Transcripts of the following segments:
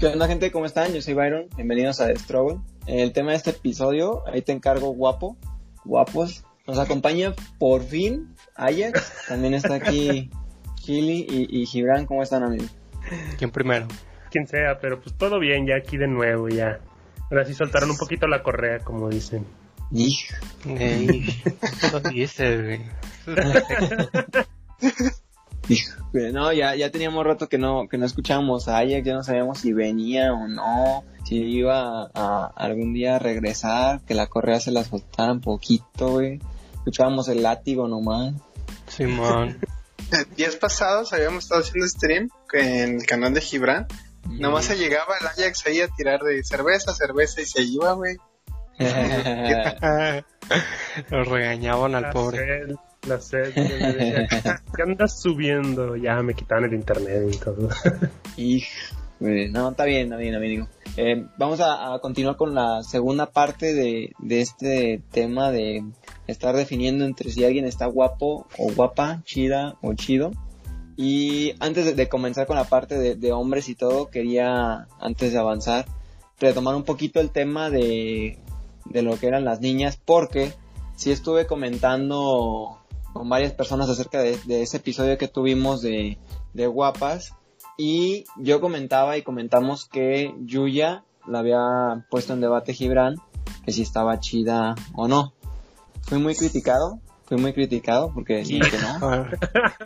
¿Qué onda, gente? ¿Cómo están? Yo soy Byron. Bienvenidos a Destroy. El tema de este episodio, ahí te encargo, guapo. Guapos. Nos acompaña por fin Ajax. También está aquí Chili y, y Gibran. ¿Cómo están, amigos? ¿Quién primero? Quien sea, pero pues todo bien, ya aquí de nuevo, ya. Ahora sí soltaron un poquito la correa, como dicen. Hijo. Ey, lo dices, güey. Hijo. Pero no, ya, ya teníamos rato que no, que no escuchábamos a Ajax, ya no sabíamos si venía o no, si iba a, a algún día a regresar, que la correa se la soltaran poquito, güey. Escuchábamos el látigo nomás. Simón. días pasados habíamos estado haciendo stream en el canal de Gibran. Nomás se llegaba el Ajax ahí a tirar de cerveza, cerveza y se iba, güey. Lo regañaban al La pobre. sed, La sed. güey, decía, ¿Qué andas subiendo? Ya me quitaron el internet y todo. Hijo, güey, no, está bien, está bien, amigo. Eh, vamos a, a continuar con la segunda parte de, de este tema de estar definiendo entre si alguien está guapo o guapa, chida o chido. Y antes de, de comenzar con la parte de, de hombres y todo, quería, antes de avanzar, retomar un poquito el tema de, de lo que eran las niñas, porque sí estuve comentando con varias personas acerca de, de ese episodio que tuvimos de, de guapas y yo comentaba y comentamos que Yuya la había puesto en debate Gibran, que si estaba chida o no. Fui muy criticado, fui muy criticado porque dije que no, Ah,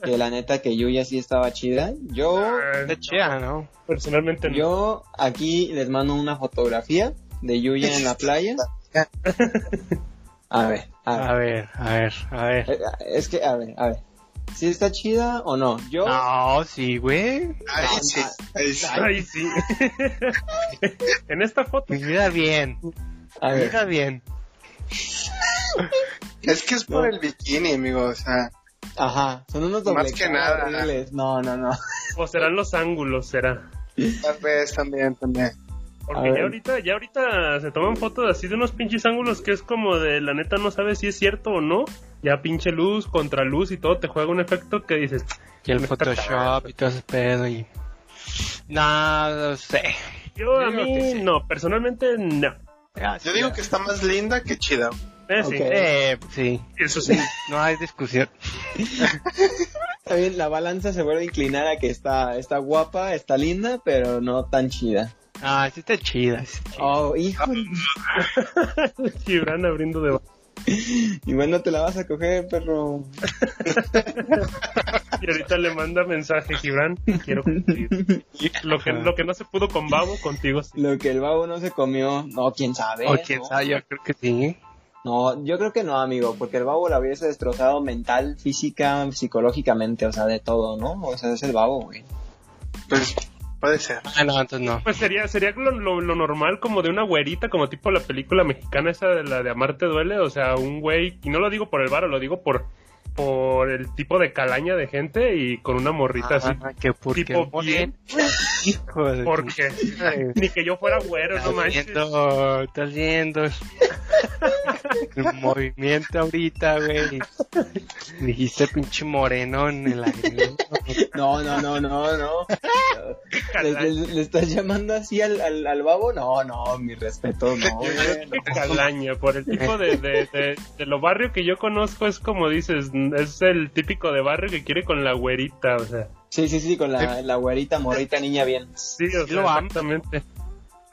que la neta que Yuya sí estaba chida. Yo, Está chida, ¿no? Personalmente Ah, Oh, no. yo aquí les mando una fotografía de Yuya en la playa. A ver, a ver. A ver, a ver, a ver. Eh, Es que, a ver, a ver. ¿Si está chida o no? Yo, No, sí, güey. Ahí sí, ahí sí. Ay, sí. en esta foto. Pues Mira bien, a ver. mira bien. Es que es por el bikini, amigo. O sea, Ajá, son unos Más doble que cara nada. horribles. No, no, no. O serán los ángulos, será. tal vez también, también. A Porque ver. ya ahorita, ya ahorita se toman fotos así de unos pinches ángulos que es como de la neta no sabes si es cierto o no. Ya pinche luz, contraluz y todo te juega un efecto que dices, Y el Photoshop y todo ese pedo y... No, no sé. yo Yo a digo que mí sí. no, personalmente no. Ah, Yo sí, digo que está más linda que chida. Eh, sí, Ok. Eh, sí, eso sí. no hay discusión. Está bien, la balanza se vuelve a inclinar a que está, está guapa, está linda, pero no tan chida. Ah, sí está chida. sí está chida. Oh, hijo. Gibran abriendo de Igual no te la vas a coger, perro. y ahorita le manda mensaje Gibran, quiero cumplir. Lo que, lo que no se pudo con Babo, contigo sí. Lo que el babo no se comió, no, quién sabe. O Oh, quién ¿no? sabe, yo creo que sí. No, yo creo que no, amigo, porque el babo la hubiese destrozado mental, física, psicológicamente, o sea, de todo, ¿no? O sea, es el babo, güey. Pues puede ser. Ah, no, entonces no. Pues sería, sería lo, lo- lo normal como de una güerita, como tipo la película mexicana esa de la de Amarte Duele, o sea, un güey, y no lo digo por el varo, lo digo por, por el tipo de calaña de gente y con una morrita así. Ah, que porque Tipo no, bien. Hijo de Porque ni que yo fuera güero, no Estás manches. viendo, estás viendo el movimiento ahorita, güey. Dijiste pinche moreno en el aire. No, no, no, no, no. ¿Le, Calaña, le- le estás llamando así al, al, al babo? No, no, mi respeto, no, güey. calaña, por el tipo de, de, de- de lo barrio que yo conozco es como dices, es el típico de barrio que quiere con la güerita, o sea. Sí, sí, sí, con la, la güerita, morrita, niña bien. Sí, o Sí sea, lo amo. exactamente.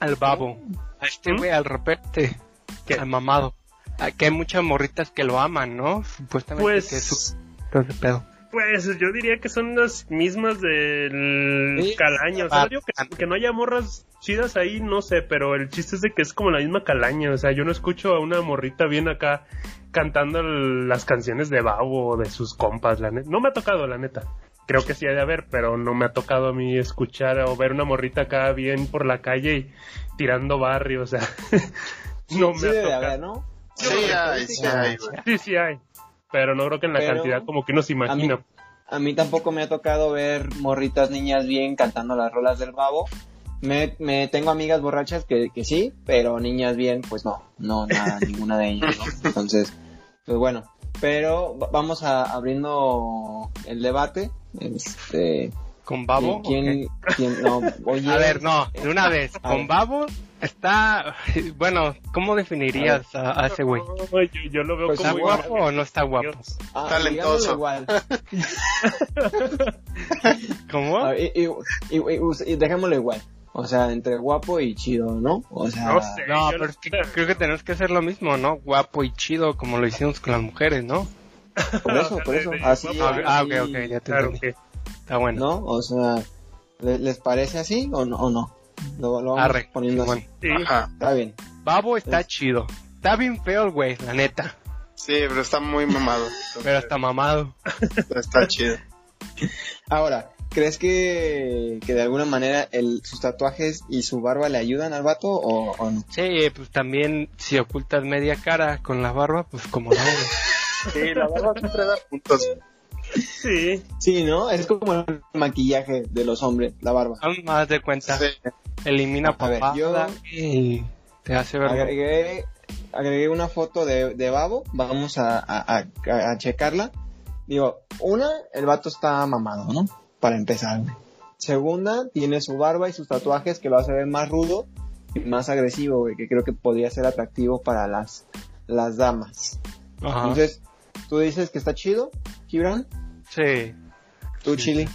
Al babo. A este güey, al repete. ¿Mm? ¿Qué? Al mamado. Aquí hay muchas morritas que lo aman, ¿no? Supuestamente que es su... Pues, todo ese pedo. pues yo diría que son las mismas del Sí. Ah. calaño. O sea, yo digo que, que no haya morras chidas ahí, no sé, pero el chiste es de que es como la misma calaña. O sea, yo no escucho a una morrita bien acá cantando el- las canciones de Babo o de sus compas, la neta. No me ha tocado, la neta. Creo que sí ha de haber, pero no me ha tocado a mí escuchar o ver una morrita acá bien por la calle y tirando barrio, o sea. no me Sí ha debe de tocado. haber, ¿no? Sí, ay, sí, ay, güey. Sí, sí hay. Pero no creo que en la Pero- cantidad como que uno se imagina. A mí- A mí tampoco me ha tocado ver morritas niñas bien cantando las rolas del babo. Me, me tengo amigas borrachas que, que sí, pero niñas bien, pues no, no, nada, ninguna de ellas, ¿no? Entonces, pues bueno, pero va- vamos a abriendo el debate. Este, ¿Con Babo? ¿Quién, quién- no, oye, A ver, no, de una vez. A ver. Con Babo está. Bueno, ¿cómo definirías a, a ese güey? No, yo, yo lo veo Pues ¿Está como igual. guapo o no está guapo? Dios. ah, talentoso. digámoslo Igual. ¿Cómo? Ah, y, y- y- y- us- y dejémoslo igual. O sea, entre guapo y chido, ¿no? O sea, No sé. Ah, No, yo pero lo- es que creo que tenemos que hacer lo mismo, ¿no? Guapo y chido, como lo hicimos con las mujeres, ¿no? por eso, por eso. Así, Ah, así, ah, ok, ok, ya te Claro entendí. que Está bueno. ¿No? O sea, ¿le- ¿les parece así o no? O no? Lo, lo vamos Arre, poniendo así. Simón. sí. Ajá. Está bien. Babo está Es- chido. Está bien feo el güey, la neta. Sí, pero está muy mamado. Pero está mamado. Pero está chido. Ahora, ¿crees que, que de alguna manera el, sus tatuajes y su barba le ayudan al vato o, o no? Sí, pues también si ocultas media cara con la barba, pues como no. güey. Sí, la barba siempre da puntos. Sí. Sí, ¿no? Es como el maquillaje de los hombres, la barba. Aún más de cuenta. Sí. Elimina A ver, papá yo- y te hace ver. Agregué, agregué una foto de, de Babo, vamos a, a- a- a checarla. Digo, una, el vato está mamado, ¿no? Para empezar. güey. Segunda, tiene su barba y sus tatuajes que lo hace ver más rudo y más agresivo, güey, que creo que podría ser atractivo para las, las damas. Ajá. Entonces, tú dices que está chido, Gibran, sí. tú Sí. Chili.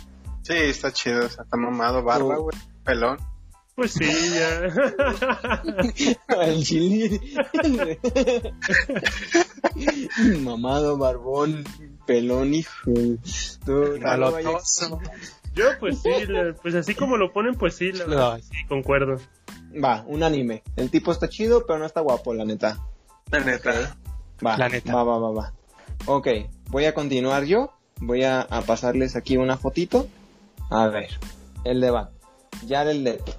Sí, está chido. o sea, está mamado. Barba, Tú- güey. Pelón. Pues sí, ya. El chile. Mamado, barbón, pelón, hijo. Tú, Malo vaya- Malotoso. Yo, pues sí, la- pues así como lo ponen, pues sí, la verdad, Ay. sí, concuerdo. Va, un anime. El tipo está chido, pero no está guapo, la neta. La neta. ¿eh? Va, La neta. va, va, va, va. Ok, voy a continuar yo. Voy a, a pasarles aquí una fotito. A ver, el de Van. Ya el Leto.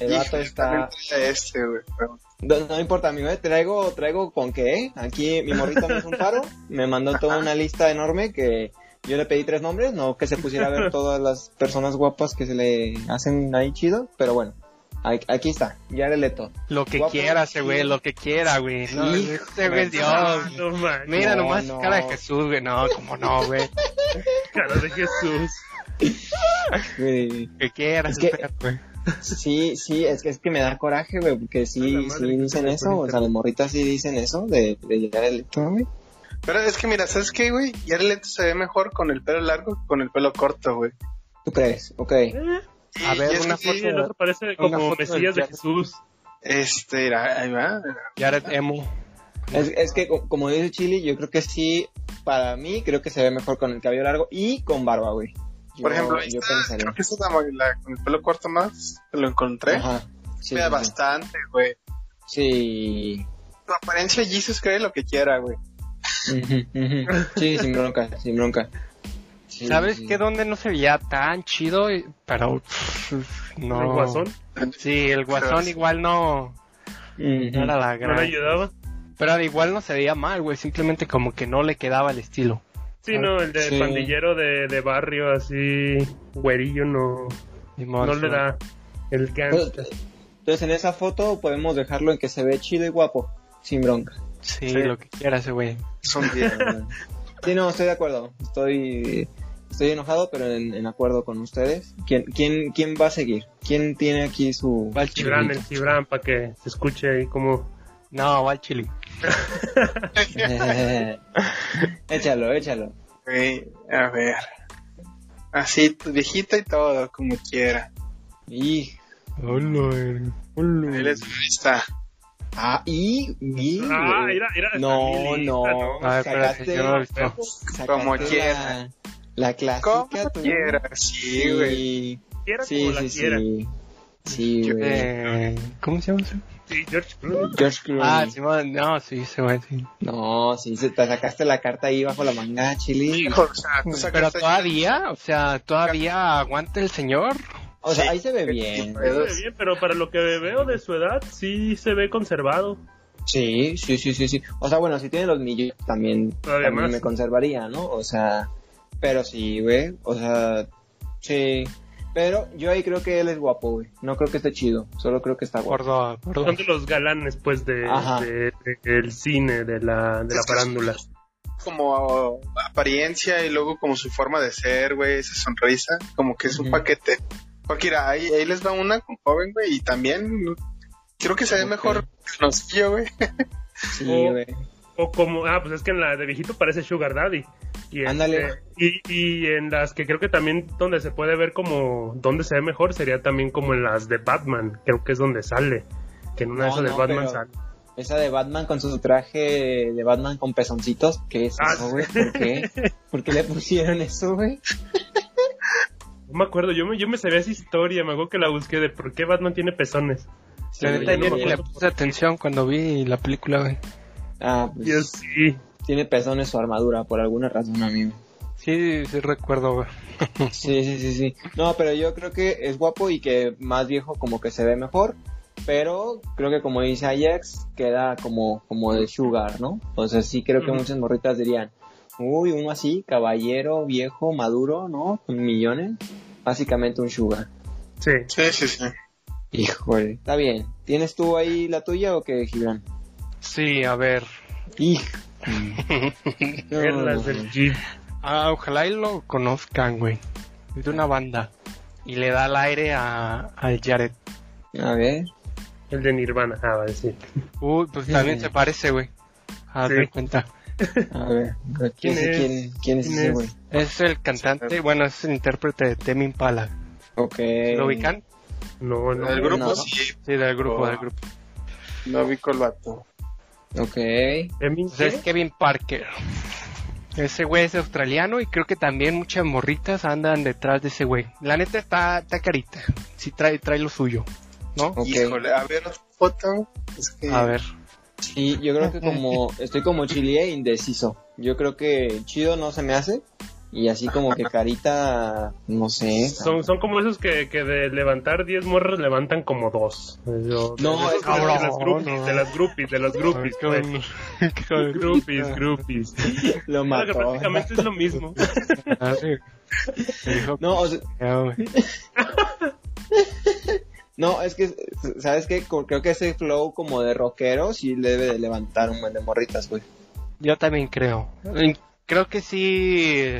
El vato Híjole, está... también trae Este, güey. pero- No, no importa, amigo, eh, traigo, traigo con qué, ¿eh? Aquí mi morrito me hizo un paro, me mandó toda una lista enorme que yo le pedí tres nombres, no que se pusiera a ver todas las personas guapas que se le hacen ahí chido, pero bueno, a- aquí está, ya le leto. Lo que Guapo, quiera ese güey, sí. lo que quiera, güey. No, Hijo este güey es de Dios. güey. Ah, No manches, Mira No, nomás no. cara de Jesús, güey. No, como no, güey. cara de Jesús. Eh, Lo que quiera. Es que- güey. Sí, sí, es que, es que me da coraje, güey, porque A sí, la madre, sí qué dicen eso, o bonito. sea, las morritas sí dicen eso de, de ya le leto, güey. Pero es que mira, ¿sabes qué, güey? Ya el Leto se ve mejor con el pelo largo que con el pelo corto, güey. ¿Tú crees? Ok. Eh, Y- A ver, y es una que Sí, sí, el otro parece Una como foto del Mesías de Jared. Jesús. Este, mira, ahí va. Jared Emo. Es, es que, co- como dice Chili, yo creo que sí, para mí, creo que se ve mejor con el cabello largo y con barba, güey. Yo- Por ejemplo, ahí yo está, pensaría. creo que esa es la, la- con el pelo corto más, que lo encontré. Ajá. Sí, Mira, sí, sí. bastante, güey. Sí. Tu apariencia Jesus cree lo que quiera, güey. Ujú, ujú. Sí, sin bronca, sin bronca. Sí, ¿Sabes sí. qué? Donde no se veía tan chido, Y- pero. pff, No. El guasón Sí, el guasón Pero- igual no. Ujú. No era la no le gran. ayudaba. Pero igual no se veía mal, güey. Simplemente como que no le quedaba el estilo. Sí, no, el de Sí. pandillero de, de barrio, así, güerillo, no, Ni modo, no sí, le da Pues, el Entonces, gangster. Pues, entonces, en esa foto podemos dejarlo en que se ve chido y guapo, sin bronca. Sí, Sí. lo que quiera ese güey. Son 10. Sí, no, estoy de acuerdo. Estoy, estoy enojado, pero en, en acuerdo con ustedes. ¿Quién, quién, ¿Quién va a seguir? ¿Quién tiene aquí su... Va al Gibran, chili. el Gibran, para que se escuche ahí como... No, va al chili. échalo, échalo. Güey, a ver. Así, tu viejita y todo, como quiera. Y... Oh, Ahí les ahí está. Ah, y... y Ah, mira, mira. está No, mi lista, no. A ver, espérate, sacaste- yo no lo he visto. sacaste Como la- quiera. La, clásica Como tú. quiera, sí, güey. Quiera Sí, como la sí, quiera. Sí. sí. Sí, Yo- güey. Eh, ¿Cómo se llama eso? George Clooney. George Clooney. Ah, Simón, no, sí, ese güey, sí. No, sí, se- te sacaste la carta ahí bajo la manga, Chili. Hijo, o sea, tú Pero sacaste todavía, o sea, todavía aguanta el señor. O sea, Sí. ahí se ve bien. Se ve bien, pero para lo que veo de su edad, sí se ve conservado. Sí, sí, sí, sí, sí. O sea, bueno, si tiene los millones también, Todavía también más. me conservaría, ¿no? O sea, pero sí, güey. O sea, sí. Pero yo ahí creo que él es guapo, güey. No creo que esté chido. Solo creo que está guapo. Gordo, gordo. Son de los galanes, pues, de, Ajá. de- de- del cine, de la, de la Es que- farándula. como apariencia y luego como su forma de ser, güey, esa sonrisa, como que es un Ujú. paquete. Porque mira, ahí, ahí les va una con joven, güey, y también ¿no? creo que se ve Ok. mejor canosillo, güey. Sí, Oh. güey. O como, ah, pues es que en la de viejito parece Sugar Daddy. Y Ándale. este, y, y en las que creo que también donde se puede ver como donde se ve mejor sería también como en las de Batman, creo que es donde sale. Que en una de No, esas de no, Batman pero- sale. Esa de Batman con su traje de Batman con pezoncitos. ¿Qué es Ah, eso, güey? ¿Por qué? ¿Por qué le pusieron eso, güey? No me acuerdo, yo me, yo me sabía esa historia, me acuerdo que la busqué de por qué Batman tiene pezones. Sí, La neta, güey, yo no ni me le acuerdo. puse atención cuando vi la película, güey. Ah, pues, Y así. tiene pezones su armadura por alguna razón, amigo. Sí, sí recuerdo, güey. Sí, sí, sí, sí. No, pero yo creo que es guapo y que más viejo como que se ve mejor. Pero creo que como dice Ajax, queda como, como de sugar, ¿no? O sea, sí creo que Ujú. muchas morritas dirían, uy, uno así, caballero, viejo, maduro, ¿no? Con millones. Básicamente un sugar. Sí. Sí, sí, sí. Híjole. Está bien. ¿Tienes tú ahí la tuya o qué, Gibran? Sí, a ver. Hijo. Perlas del Jeep. Ah, ojalá y lo conozcan, güey. Es de una banda. Y le da el aire a, al Jared. A ver. El de Nirvana, ah, va a decir. Uy, pues también se parece, güey. Haz Sí. de cuenta. A ver, ¿quién, ¿Quién es, es? quién, quién es ¿Quién ese es? güey? Es el cantante, bueno, es el intérprete de Temi Impala. Ok. ¿Lo ubican? No, no. El grupo no. sí, Sí, del grupo, Oh. del grupo. no vi con el vato. Ok. Emin, Pues es ¿qué? Kevin Parker. Ese güey es australiano y creo que también muchas morritas andan detrás de ese güey. La neta está, está carita. Sí trae, trae lo suyo, ¿no? Ok. Híjole, a ver otra foto. Es que- A ver. Sí, yo creo que como estoy como chile indeciso. Yo creo que chido no se me hace. Y así como que carita, no sé. Son, son como esos que, que de levantar 10 morras levantan como dos. Yo- No, de, es de cabrón, las no. groupies, de las groupies, de las groupies, Qué güey. bueno. Groupies, groupies. Lo Claro mató. que prácticamente es lo mismo. Ah, sí. Dijo, No, o sea, "Ya, güey". no, es que, ¿sabes qué? Co- Creo que ese flow como de rockero sí le debe de levantar un buen de morritas, güey. Yo también creo. Eh, Creo que sí.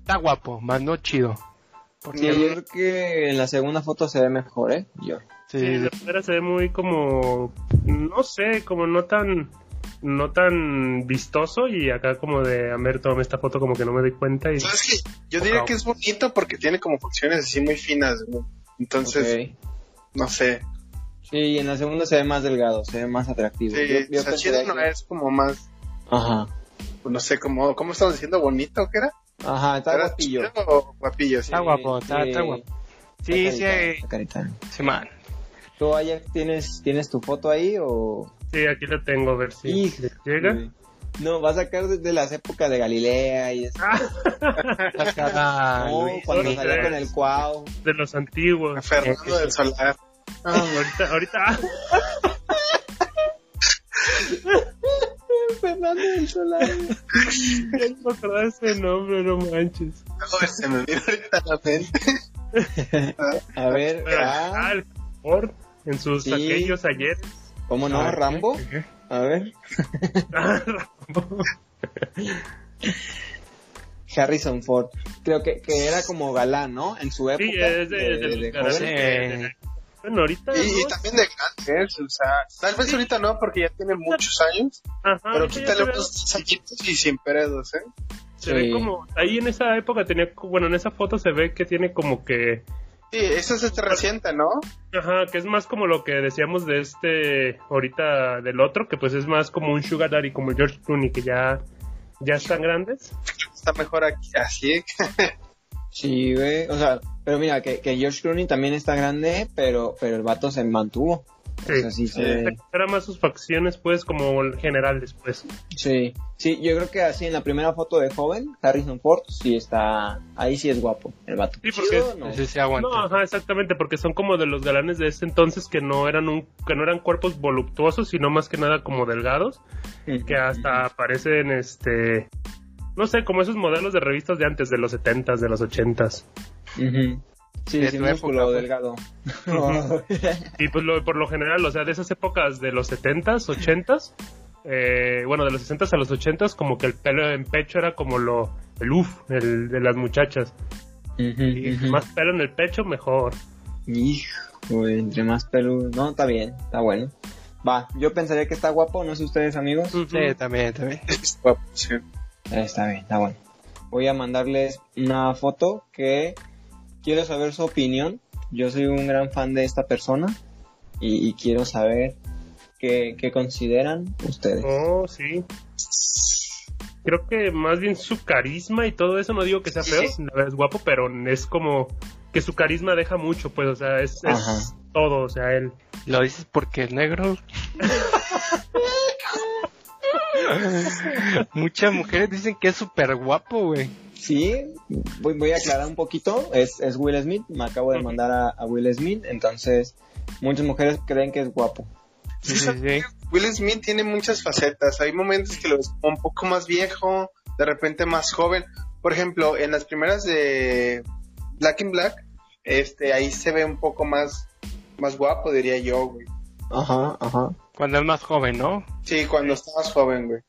Está guapo, más no chido. Sí, yo creo que en la segunda foto se ve mejor, ¿eh? Yo. Sí, Sí, la primera se ve muy como, no sé, como no tan, no tan vistoso y acá como de, a ver, toma esta foto como que no me doy cuenta y ¿Sabes qué? Yo diría que es bonito porque tiene como funciones así muy finas, güey. Ok. Entonces, no sé. Sí, y en la segunda se ve más delgado, se ve más atractivo. Sí, Yo- yo o sea, pensé chido no que- es como más, pues, Ajá. no sé, como, ¿cómo estamos diciendo? ¿Bonito qué era? Ajá, está ¿Era guapillo. chido o guapillo? Sí. Está guapo, está- está guapo. sí, sí, carita, eh, está carita. sí, man. ¿Tú, Ajax, tienes, tienes tu foto ahí o...? sí, aquí la tengo, a ver si Hijo, llega. güey. No, va a sacar desde las épocas de Galilea y eso. Está Ah. cada Ah, No, Luis. cuando Luis, salía Luis. con el cuau. De los antiguos. Fernando del Solar. Ah, ahorita, ahorita, Fernando del Solar. ya no me acordaba ese nombre, no manches. No, se me vino ahorita a la mente. A ver, Pero, ah, ah, el Ford, en sus Sí. aquellos ayer. ¿cómo no? Ah, ¿Rambo? ¿qué? A ver, Harrison Ford. Creo que, que era como galán, ¿no? En su época. sí, es de, de, los de canales joven. de- de- Bueno, ahorita. Y, y ¿no? también de grande, ¿eh? o sea, tal vez ahorita no, porque ya tiene muchos años, Ajá, pero ahorita ya quítale se ve- unos saquitos y sin peredos, ¿eh? Se ve Sí. como. Ahí en esa época tenía. Bueno, en esa foto se ve que tiene como que. Sí, eso se te resienta, ¿no? Ajá, que es más como lo que decíamos de este. Ahorita del otro, que pues es más como un Sugar Daddy, como el George Clooney, que ya. Ya están grandes. Está mejor aquí, así, ¿eh? Sí, güey. O sea, pero mira, que, que George Clooney también está grande, pero, pero el vato se mantuvo. Sí. O sea, sí se- Era más sus facciones, pues, como pues. el general después. Sí, sí, yo creo que así en la primera foto de joven, Harrison Ford sí está, ahí sí es guapo el vato. Sí, porque- Chido, no. Ese sí aguanta. No, ajá, exactamente, porque son como de los galanes de ese entonces que no eran un, que no eran cuerpos voluptuosos, sino más que nada como delgados. que hasta aparecen este no sé, como esos modelos de revistas de antes, de los 70s, de los 80s. Ujú. Sí, De sí, tu músculo época, delgado. Y pues lo- por lo general, o sea, de esas épocas de los 70s, 80s, eh, bueno, de los 60 a los 80 como que el pelo en pecho era como lo, el uff, el de las muchachas. Ujú, Y ujú. más pelo en el pecho, mejor. Hijo, entre más peludo. No, está bien, está bueno. Va, yo pensaría que está guapo, no sé ustedes, amigos. Sí, también, también. Es guapo, sí. Eh, Está bien, está bueno. Voy a mandarles una foto que quiero saber su opinión. Yo soy un gran fan de esta persona y, y quiero saber qué, qué consideran ustedes. Oh, sí. Creo que más bien su carisma y todo eso, no digo que sea feo, la verdad es guapo, pero es como que su carisma deja mucho, pues, o sea, es, es Ajá. todo, o sea, él. ¿Lo dices porque es negro? Muchas mujeres dicen que es súper guapo, güey. Sí, voy, voy a aclarar un poquito. Es, es Will Smith, me acabo de Ujú. mandar a, a Will Smith, entonces muchas mujeres creen que es guapo. Sí, sí, sí. Will Smith tiene muchas facetas. Hay momentos que lo ves como un poco más viejo, de repente más joven. Por ejemplo, en las primeras de Black in Black, este, ahí se ve un poco más, más guapo, diría yo, güey. Ajá, ajá. Cuando es más joven, ¿no? Sí, cuando está más joven, güey.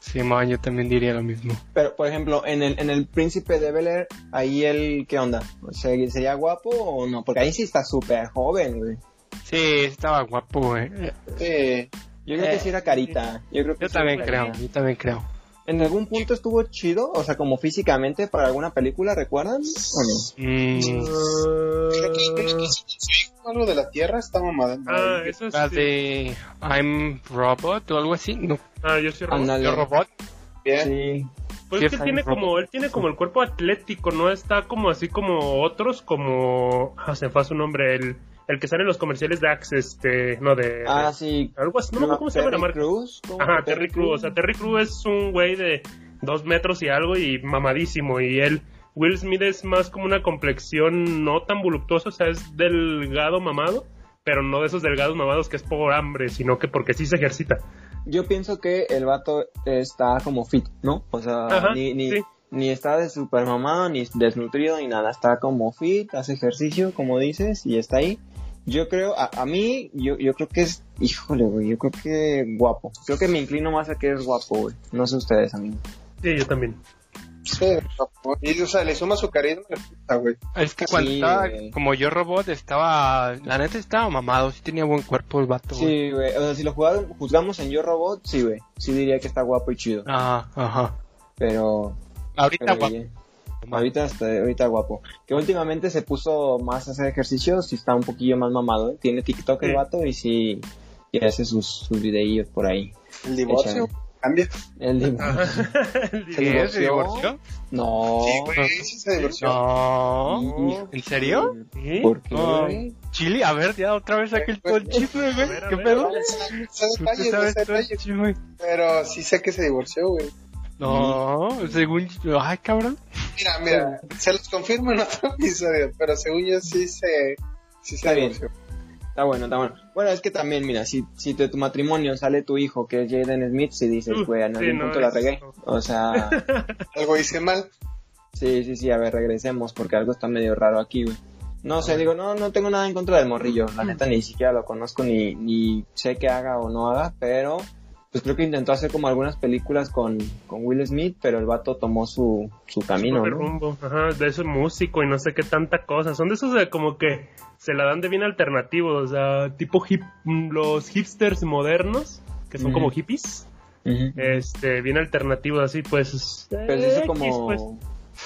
Sí, man, yo también diría lo mismo. Pero, por ejemplo, en el, en el Príncipe de Bel Air, ahí él, ¿qué onda? ¿Se- ¿Sería guapo o no? Porque ahí sí está súper joven, güey. Sí, estaba guapo, güey. Sí. Yo creo Eh, que sí era carita. Yo, creo que Yo sí también era creo, carita. yo también creo. ¿En algún punto estuvo chido? O sea, como físicamente para alguna película, ¿recuerdan? ¿O no? Mm, Algo de la tierra está mamada. ¿no? ah, eso la es. de I'm Robot o algo así, no, Ah, yo sí robo. Ándale. yo Robot. Bien. Sí. Pues es que Jeff él tiene Hancock. como, él tiene como el cuerpo atlético, no está como así como otros, como ah, se me fue su nombre, el, el que sale en los comerciales de Axe, este, no de Ah, sí. algo así, no me acuerdo cómo se llama la Terry marca. Crews, ¿cómo? Ajá, Terry Crew, o sea, Terry Crew es un güey de dos metros y algo y mamadísimo, y él, Will Smith es más como una complexión no tan voluptuosa, o sea, es delgado mamado, pero no de esos delgados mamados que es por hambre, sino que porque sí se ejercita. Yo pienso que el vato está como fit, ¿no? O sea, Ajá, ni, ni, sí. ni está de super mamado, ni desnutrido, ni nada. Está como fit, hace ejercicio, como dices, y está ahí. Yo creo, a, a mí, yo, yo creo que es, híjole, güey, yo creo que guapo. Creo que me inclino más a que es guapo, güey. No sé ustedes, amigos. Sí, yo también. Sí, guapo. Y, o sea, le suma su carisma y le gusta, güey. Es que cuando Sí, estaba güey. como yo Robot estaba, la neta estaba mamado, sí tenía buen cuerpo el vato. güey. Sí, güey. O sea, si lo jugaron- juzgamos en Yo Robot, sí, güey. Sí diría que está guapo y chido. Ajá, ajá. Pero. Ahorita pero Ah. guapo. bien. Ahorita está, ahorita guapo. Que últimamente se puso más a hacer ejercicios y está un poquillo más mamado. ¿eh? Tiene TikTok el Sí. vato y sí. Y hace sus, sus videillos por ahí. El divorcio Échale. cambia. El de- Ah. ¿Sí, ¿Se divorció? No. Sí, güey, sí se divorció. No. ¿En serio? Sí. ¿Por qué? No. güey? Chile, a ver, ya otra vez saqué el, todo el chisme, güey. ver, a ¿Qué ver, pedo? a ver. Sé ¿Usted detalles, no sabe sé todo el detalles. chisme? Pero sí sé que se divorció, güey. No, según. Ay, cabrón. Mira, mira, se los confirmo en otro episodio, pero según yo sí se, sí se Está bien. divorció. Está bueno, está bueno. Bueno, es que también, mira, si, si de tu matrimonio sale tu hijo, que es Jaden Smith, si dices, Uf, güey, en sí, algún no, punto la es- regué. no. O sea, Algo hice mal. Sí, sí, sí, a ver, regresemos porque algo está medio raro aquí, güey. No sé, digo, no, no tengo nada en contra del morrillo, Mm. la neta ni siquiera lo conozco ni, ni sé qué haga o no haga, pero pues creo que intentó hacer como algunas películas con, con Will Smith, pero el vato tomó su, su camino, Súper ¿no? rumbo, ajá, de ese músico y no sé qué tanta cosa. Son de esos de como que se la dan de bien alternativo, o sea, tipo hip, mm, los hipsters modernos, que son Ujú. como hippies, Ujú. este, bien alternativos así, pues. Eh, Pero se hizo X, como, pues.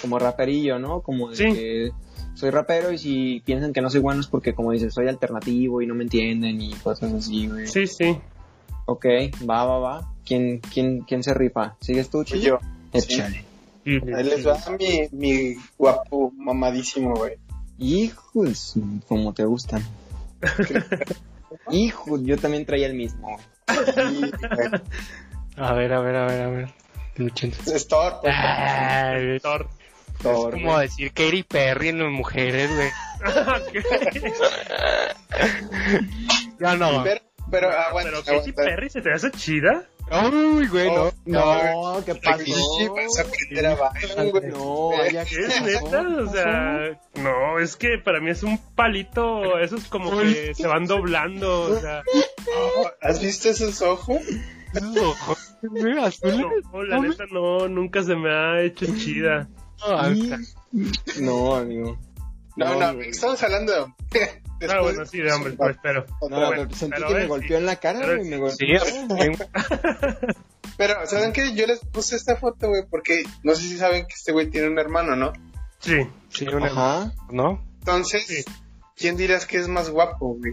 como raperillo, ¿no? Como de Sí. que soy rapero y si piensan que no soy bueno es porque, como dices, soy alternativo y no me entienden y cosas así, güey. Sí, sí. Ok, va, va, va. ¿Quién, quién, quién se rifa? ¿Sigues tú, Fui Chile? yo. Échale. Sí, Ahí les va mi, mi guapo mamadísimo, güey. Hijos, como te gustan. Hijos, yo también traía el mismo. Y eh, A ver, a ver, a ver, a ver. Luchen. es torpe. Ay, es Thor. Thor, como decir Katy Perry en las mujeres, güey. Ya no. Pero, pero aguanta, Ah, Pero Katy aguanta. Perry se te hace chida. Uy, güey, Oh, no. No, "Oh, ¿qué pasó? Sí, vas a aprender a bailar, güey. No, vaya ¿Qué ¿qué es pasó? neta? O sea, no, es que para mí es un palito. Esos como que se van doblando. O sea, ¿Has visto esos ojos? Esos ojos güey, azules. No, la neta no, nunca se me ha hecho chida. Ah, No, o sea, No, amigo. No, no, güey. estamos hablando de hambre. Ah, bueno, sí, de hambre, pues, pero. No, Otra pero vez. sentí pero que me es- golpeó en la cara, pero güey, me golpeó. Sí, en- Pero, ¿saben qué? Yo les puse esta foto, güey, porque no sé si saben que este güey tiene un hermano, ¿no? Sí. sí, una- Ajá. ¿no? Entonces, Sí. ¿quién dirás que es más guapo, güey?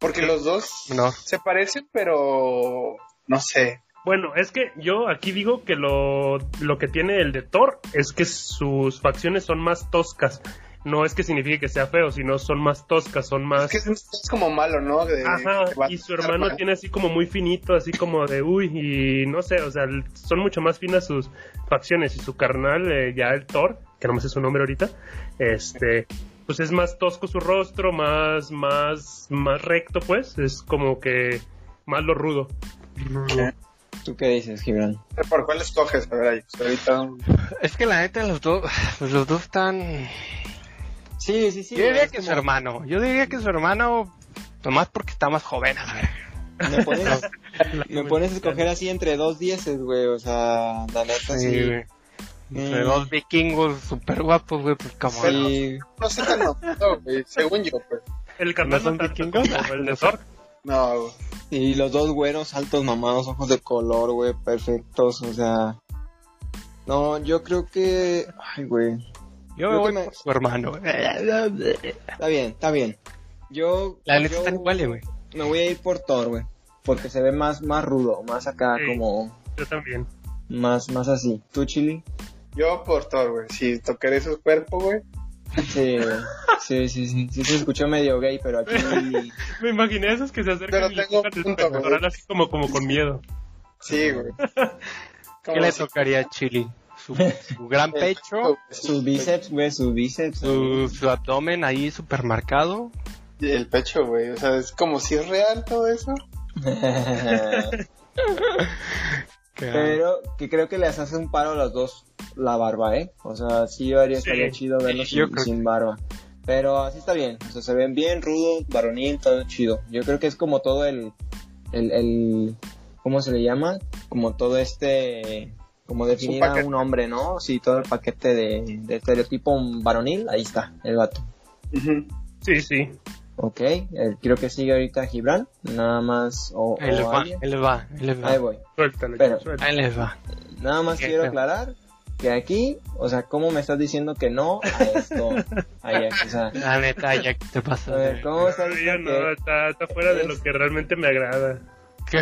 Porque los dos No. se parecen, pero no sé. Bueno, es que yo aquí digo que lo, lo que tiene el de Thor es que sus facciones son más toscas. No es que signifique que sea feo, sino son más toscas, son Es más... que es, es como malo, ¿no? De- Ah, Ajá, que va a y su estar hermano mal. tiene así como muy finito, así como de uy, y no sé, o sea, l- son mucho más finas sus facciones y su carnal, eh, ya el Thor, que no me sé su nombre ahorita, este, pues es más tosco su rostro, más, más, más recto, pues, es como que más lo rudo. ¿Tú qué dices, Gibran? ¿Por cuál escoges? A ver, Alex, ahorita un- Es que la neta, los dos, pues los dos están. Sí, sí, sí. Yo diría es que su como- hermano. Yo diría que su hermano, nomás porque está más joven, a la verga. Me pones, me pones a escoger así entre dos dieces, güey. O sea, la neta, sí. Sí, güey. Entre Mm. dos vikingos super guapos, güey, pues como. Sí. No sé tan no, güey, según yo, pues. El ¿No carnal son no tanto vikingos? como el de Thor. No, güey. Y los dos güeros, altos, mamados, ojos de color, güey, perfectos, o sea. No, yo creo que. Ay, güey. Yo me Yo voy que me- por su hermano. La Está bien, está bien. Yo. neta yo están iguales, güey. Me voy a ir por Thor, güey. Porque se ve más, más rudo, más acá, Sí. como. Yo también. Más, más así. ¿Tú, Chili? Yo por Thor, güey. Si tocaré su cuerpo, güey. Sí, güey. sí, sí, sí. Sí, se escuchó medio gay, pero aquí. Me imaginé esos que se acercan Pero y le tengo tocan el punto, güey. pectoral así como, como con miedo. Sí, güey. ¿Qué Como le si- tocaría a Chili? Su, su gran pecho, Sus bíceps, güey, sus bíceps. su, su abdomen ahí super marcado. El pecho, güey. O sea, es como si es real todo eso. Que- Pero que creo que les hace un paro a los dos la barba, ¿eh? O sea, sí haría, Sí. estaría chido verlos Sí, yo sin, creo sin barba. Pero así está bien, o sea, se ven bien rudos, varonil, todo chido. Yo creo que es como todo el, el, el- ¿cómo se le llama? Como todo este, como definir a paquete. un hombre, ¿no? Sí, todo el paquete de, de estereotipo varonil, ahí está, el vato. Sí, sí. Ok, eh, creo que sigue ahorita Gibran, nada más, o, Ahí les o va, alguien. ahí les va, ahí les Ahí va. voy. Suéltalo, Pero- suéltalo. Ahí les va. Nada más Bien, quiero bien. aclarar que aquí, o sea, ¿cómo me estás diciendo que no a esto? Ahí, o sea, La neta, ya que te a pasa. ver, ¿cómo estás Todavía diciendo no, que está, está fuera de lo que realmente me agrada. ¿Qué?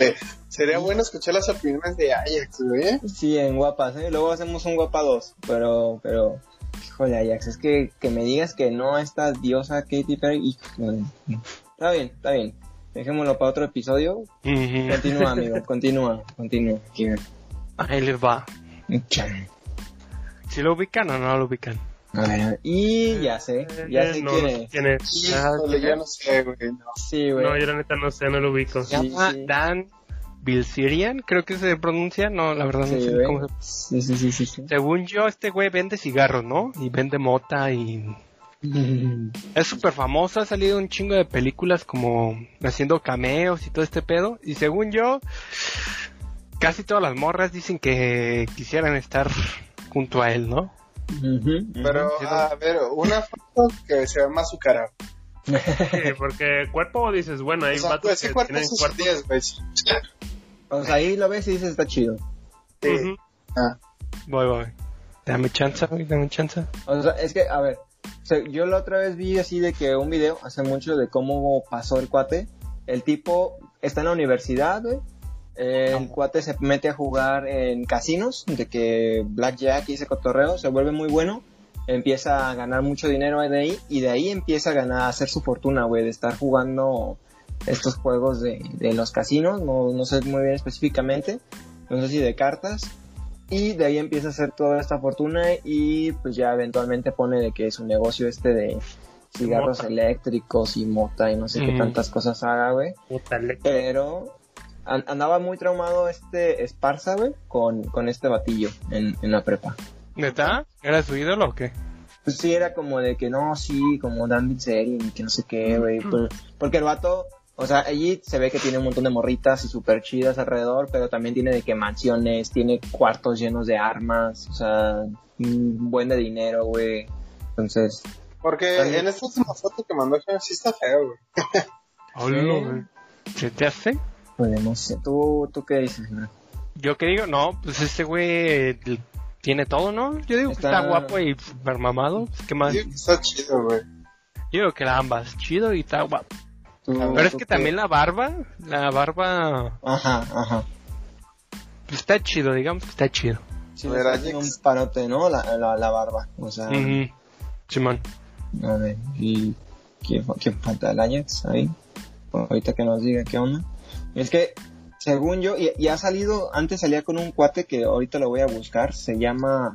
Eh, sería bueno escuchar las opiniones de Ajax, güey. Sí, en guapas, ¿eh? Luego hacemos un guapa 2, pero, pero, híjole, Ajax, es que, que me digas que no a esta diosa Katy Perry, híjole. Está bien, está bien. Dejémoslo para otro episodio. Ujú. Continúa, amigo, continúa, continúa. Aquí. Ahí les va. ¿Si lo ubican o no lo ubican? A ver, y ya sé, ya Eh, sé no, quién no es. quién es. Híjole, yo no sé, güey. No. Sí, güey. No, yo la neta no sé, no lo ubico. Se llama sí. Dan Bilzerian, creo que se pronuncia. No, la verdad no Sí, sé güey. cómo se sí, sí, sí, sí, sí. Según yo, este güey vende cigarros, ¿no? Y vende mota y... Es súper famoso, ha salido un chingo de películas como haciendo cameos y todo este pedo. Y según yo, casi todas las morras dicen que quisieran estar junto a él, ¿no? Ujú, Pero, sí, no. a ver, una foto que se ve más su cara. Sí, porque cuerpo dices, bueno, hay O sea, vatos ese que cuerpo tienen es sus cuerpo. 10, güey. Sí. O sea, ahí lo ves y dices, está chido. Ujú. Ah, Voy, voy. Dame chance, güey, dame chance. O sea, es que, a ver, o sea, yo la otra vez vi así de que un video hace mucho de cómo pasó el cuate. El tipo está en la universidad, güey. Eh, El cuate se mete a jugar en casinos, de que Blackjack y ese cotorreo se vuelve muy bueno. Empieza a ganar mucho dinero de ahí y de ahí empieza a ganar, a hacer su fortuna, güey, de estar jugando estos juegos de, de los casinos, no, no sé muy bien específicamente, no sé si de cartas, y de ahí empieza a hacer toda esta fortuna y pues ya eventualmente pone de que su negocio este de cigarros Mota. eléctricos y mota y no sé qué Ujú. tantas cosas haga, güey. Puta, le- Pero an- andaba muy traumado este Esparza, güey, con, con este batillo en, en la prepa. ¿Neta? ¿Era su ídolo o qué? Pues sí, era como de que no, sí, como Dan Bilzerian y que no sé qué, güey. por- pues, porque el vato, o O sea, allí se ve que tiene un montón de morritas y súper chidas alrededor, pero también tiene de que mansiones, tiene cuartos llenos de armas, o sea, un buen de dinero, güey. Entonces, Porque También- en esta última foto que mandó Jaime sí está feo, güey. Hola, güey. ¿Se te hace? pues no sé. ¿Tú, tú qué dices? güey? Yo que digo, no, pues este güey l- tiene todo, ¿no? Yo digo que Está- está guapo y super mamado. pues, ¿Qué más? Sí, está chido, güey. Yo digo que ambas, chido y está guapo. ¿Tú- Pero es tú que qué? también la barba, la barba Ajá, ajá. pues, está chido, digamos que está chido. Sí, A le ver, está haciendo Alex. un parote, ¿no? La, la, la barba, o sea... Ujú. Simón. A ver, ¿y quién, fa- quién falta? ¿El Ajax ahí? Ahorita que nos diga qué onda. Es que, según yo, y, y ha salido, antes salía con un cuate que ahorita lo voy a buscar, se llama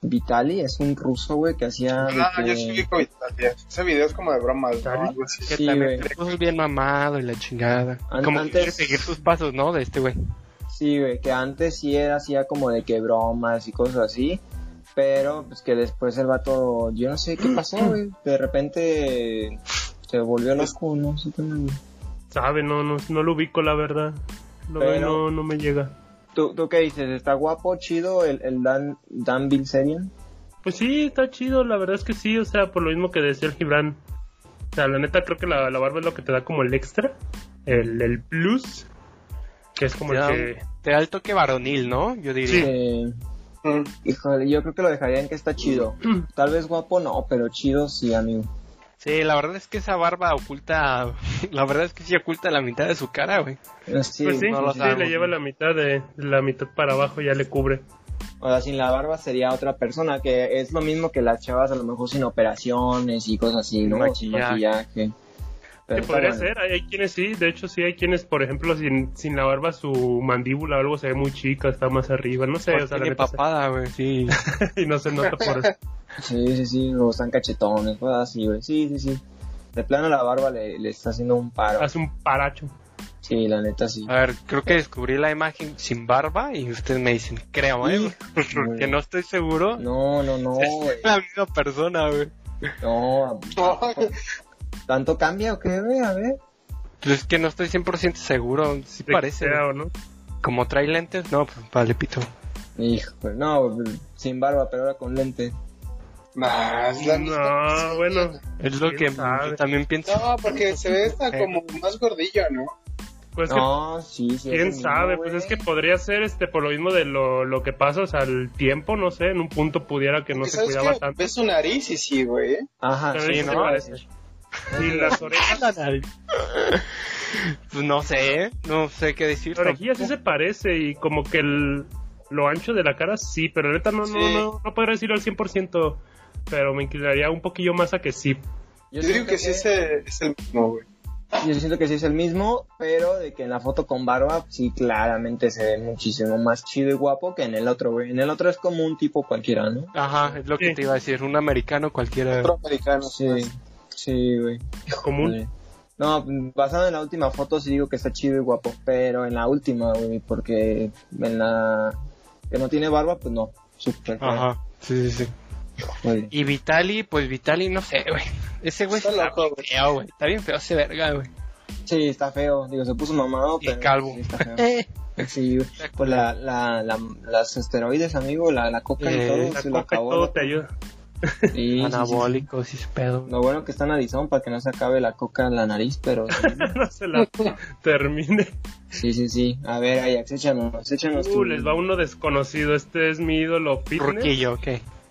Vitali, es un ruso, güey, que hacía... de No, que- Ah, yo sí vi con Italia. Ese video es como de bromas, ¿no? ¿Italia? Algo así. Que Sí, también güey. se puso bien mamado y la chingada. An- Como que antes- quiere seguir sus pasos, ¿no? De este güey. Sí, güey, que antes sí era, hacía como de que bromas y cosas así, pero pues que después el vato, yo no sé qué pasó, güey, de repente se volvió loco, no sé qué, güey. Sabe, no, no, no lo ubico, la verdad. Lo Pero- veo, no, no me llega. ¿Tú, ¿Tú qué dices? ¿Está guapo, chido el, el Dan, Dan Bilzerian? Pues sí, está chido, la verdad es que sí, o sea, por lo mismo que decía el Gibran. O sea, la neta creo que la, la barba es lo que te da como el extra, el, el plus, que es como Te da, el que... te da el toque varonil, ¿no? Yo diría. Eh, Mm. híjole, yo creo que lo dejaría en que está chido. Tal vez guapo no, pero chido sí, amigo. Sí, la verdad es que esa barba oculta. La verdad es que sí oculta la mitad de su cara, güey. Eh, Sí, pues sí, no lo sí, sabemos, le lleva ¿no? la mitad de la mitad para abajo, ya le cubre. o sea, sin la barba sería otra persona, que es lo mismo que las chavas a lo mejor sin operaciones y cosas así, ¿no? Maquillaje. Maquillaje. Pero Que está podría bueno. ser, hay, hay quienes sí, de hecho sí hay quienes, por ejemplo, sin, sin la barba su mandíbula o algo se ve muy chica, está más arriba, no sé, o Pues sea, la tiene neta se- papada, güey. Sí. y no se nota por Sí, sí, sí, o están cachetones, cosas así, güey. Sí, sí, sí. De plano la barba le, le está haciendo un paro. hace un paracho. Sí, la neta sí. Ah, A ver, creo que descubrí la imagen sin barba y ustedes me dicen, creo, ¿eh? Porque no estoy seguro. No, no, no, güey. Es la misma persona, güey. No, No, ¿tanto cambia o qué, güey? A ver. Pues es que no estoy 100% seguro. Sí de que parece. sea, güey. ¿o no? Como trae lentes, no, pues vale, pito. Hijo, no, güey, sin barba, pero ahora con lente. Nah, es la misma No, bueno, Eh. Es lo ¿Quién que sabe? yo también pienso. No, porque se ve hasta como más gordillo, ¿no? pues que no, sí, sí. es el quién mismo, sabe, pues güey. es que podría ser este por lo mismo de lo, lo que pasa, o sea, el tiempo, no sé, en un punto pudiera que no Porque se ¿sabes cuidaba qué? tanto. Ves su nariz y sí, güey. Ah, Ajá, Pero sí, eso ¿no? se parece. Y las orejas, Pues no sé, no sé qué decir. la orejilla sí se parece y como que el, lo ancho de la cara sí, pero la neta no, no, Sí. no, no podría decirlo al 100%, pero me inclinaría un poquillo más a que sí. Yo, digo siento que, sí es el, es el mismo, güey. Yo siento que sí es el mismo, pero de que en la foto con barba sí claramente se ve muchísimo más chido y guapo que en el otro, güey. En el otro es como un tipo cualquiera, ¿no? Ajá, es lo que Sí. te iba a decir. Un americano cualquiera. Otro americano. Sí, pues. sí, güey. Común. Sí. No, basado en la última foto sí digo que está chido y guapo, pero en la última, güey, porque en la que no tiene barba, pues no. Súper. feo, Ajá, sí, sí, sí. güey. Y Vitali, pues Vitali, no sé, güey. Ese güey Está está, loco, bien güey. feo, güey. Está bien feo ese verga, güey. Sí, está feo. Digo, se puso mamado, Y pero... calvo. Sí, está feo. Sí, güey. pues la, la, la, las esteroides, amigo, la, la coca y Eh, todo, La se lo coca y acabó. todo te ayuda. Sí, sí, sí. Anabólicos y ese pedo. Lo bueno que está en Arizona para que no se acabe la coca en la nariz, pero no se la termine. sí, sí, sí. A ver, Ajax, échanos, échanos Uh, tu- les va uno desconocido. Este es mi ídolo fitness. Ruquillo, ok.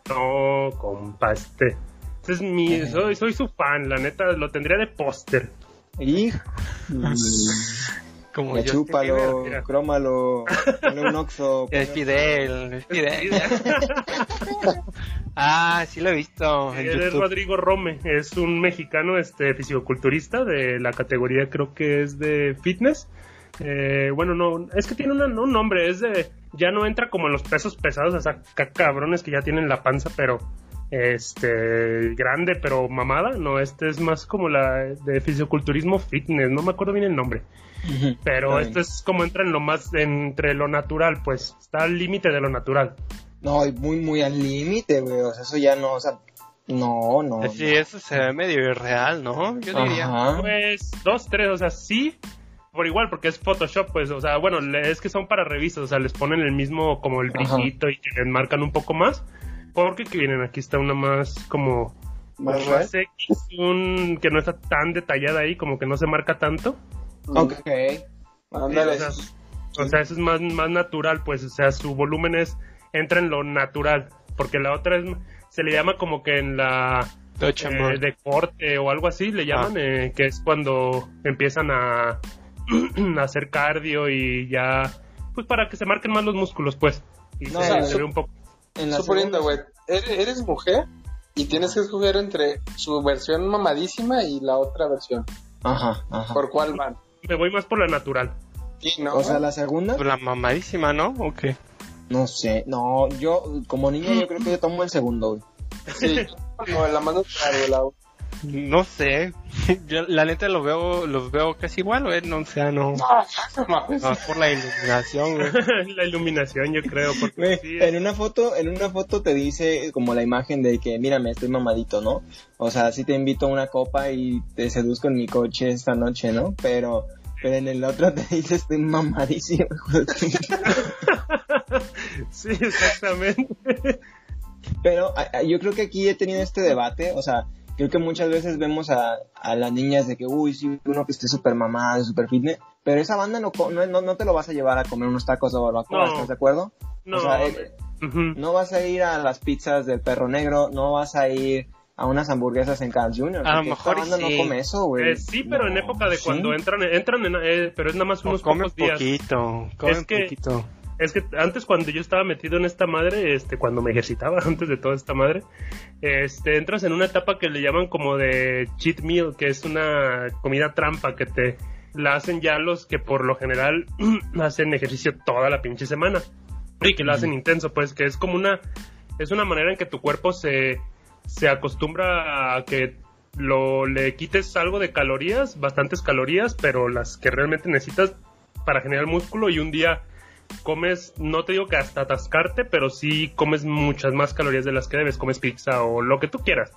No, compa, este. Este es mi. Soy, soy su fan, la neta. Lo tendría de póster. Hijo. Como Ya yo. chúpalo, mira. crómalo, ponle un oxo. Es Fidel, es Fidel. ah, sí lo he visto en Él es YouTube. Rodrigo Rome. Es un mexicano este, fisicoculturista de la categoría, creo que es de fitness. Eh, bueno, no, es que tiene una- un nombre, es de, ya no entra como en los pesos pesados, o sea, ca- cabrones que ya tienen la panza, pero, este, grande, pero mamada, no, este es más como la de fisioculturismo fitness, no me acuerdo bien el nombre. Pero Está esto bien. es como entra en lo más, entre lo natural, pues está al límite de lo natural. No, y muy, muy al límite, güey. O sea, eso ya no, o sea, No, no. Sí, eso se ve medio irreal, ¿no? Yo diría. Ajá. Pues dos, tres, o sea, sí, por igual, porque es Photoshop, pues, o sea, bueno, le- es que son para revistas, o sea, les ponen el mismo como el Ajá. brillito y que les marcan un poco más. Porque que vienen, aquí está una más como Más más X, un que no está tan detallada ahí, como que no se marca tanto. Ok. Ándale. Sí, o sea, O sea, eso es más, más natural, pues, o sea, su volumen es, entra en lo natural, porque la otra es, se le llama como que en la Touch and eh, burn. de corte o algo así, le llaman, eh, que es cuando empiezan a, a hacer cardio y ya, pues para que se marquen más los músculos, pues. Y No, se, o sea, se su- ve un poco. En la segunda- Suponiendo, güey, eres, eres mujer y tienes que escoger entre su versión mamadísima y la otra versión. Ajá, ajá. ¿Por cuál van? Me voy más por la natural. Sí, ¿no? Ah. O sea, la segunda, La mamadísima, ¿no? ¿O qué? no sé. No, yo como niño yo creo que yo tomo el segundo, güey. Sí, no, la mano natural, güey, la- No sé. Yo, la neta lo veo, los veo casi igual, güey. No, o sea, no. No mames. Más por la iluminación, güey. la iluminación, yo creo, porque Güey, sí, en una foto, en una foto te dice como la imagen de que mírame, estoy mamadito, ¿no? O sea, sí te invito a una copa y te seduzco en mi coche esta noche, ¿no? Pero, pero en el otro te dice estoy mamadísimo. hijo de tu- sí, exactamente. Pero a- a- yo creo que aquí he tenido este debate, o sea, creo que muchas veces vemos a, a las niñas de que, uy, sí, uno que esté súper mamado, súper fitness, pero esa banda no, co- no, no, no te lo vas a llevar a comer unos tacos de barbacoa, No. ¿estás de acuerdo? No, O sea, eh, ujú. no vas a ir a las pizzas del perro negro, no vas a ir a unas hamburguesas en Carl Jr. A lo porque mejor esta banda y no sí. come eso, güey. Eh, sí, pero en No, época de ¿sí? cuando entran, entran en, eh, pero es nada más O unos come pocos días. poquito. Come Es que- poquito. Es que antes cuando yo estaba metido en esta madre, este, cuando me ejercitaba antes de toda esta madre, este, entras en una etapa que le llaman como de cheat meal, que es una comida trampa que te la hacen ya los que por lo general hacen ejercicio toda la pinche semana y que lo hacen intenso, pues que es como una es una manera en que tu cuerpo se se acostumbra a que lo le quites algo de calorías, bastantes calorías, pero las que realmente necesitas para generar músculo y un día comes, no te digo que hasta atascarte, pero sí comes muchas más calorías de las que debes, comes pizza o lo que tú quieras.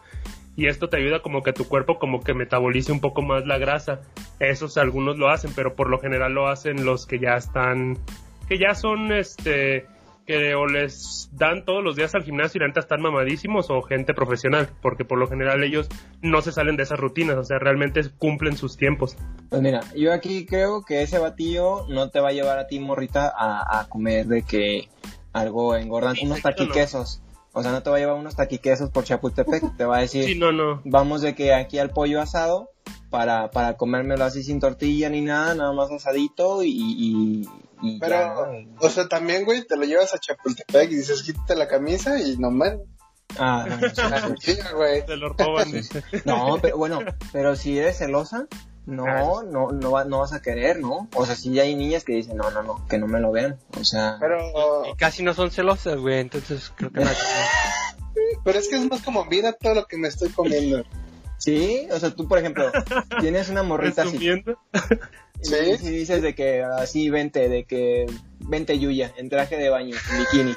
Y esto te ayuda como que tu cuerpo como que metabolice un poco más la grasa. Esos algunos lo hacen, pero por lo general lo hacen los que ya están, que ya son este, que o les dan todos los días al gimnasio y la neta están mamadísimos o gente profesional, porque por lo general ellos no se salen de esas rutinas, o sea, realmente cumplen sus tiempos. Pues mira, yo aquí creo que ese batillo no te va a llevar a ti, morrita, a, a comer de que algo engordante, unos Exacto, no. taquiquesos. O sea, no te va a llevar unos taquiquesos por Chapultepec, te va a decir, Sí, no, no. vamos de que aquí al pollo asado para, para comérmelo así sin tortilla ni nada, nada más asadito y... y, y ya, Pero, ¿no? o sea, también, güey, te lo llevas a Chapultepec y dices, quítate la camisa y no man, Ah, no, sí, la tortilla, güey. Se lo roban. dice. No, pero bueno, pero si eres celosa, no, no, no, va- no vas a querer, ¿no? O sea, sí hay niñas que dicen, no, no, no, que no me lo vean. O sea, Pero, Y casi no son celosas, güey. Entonces creo que no. pero es que es más como, mira todo lo que me estoy comiendo. sí, o sea, tú, por ejemplo, tienes una morrita así. Resumiendo. Y Sí. si dices de que así, vente, de que vente Yuya, en traje de baño, en bikini.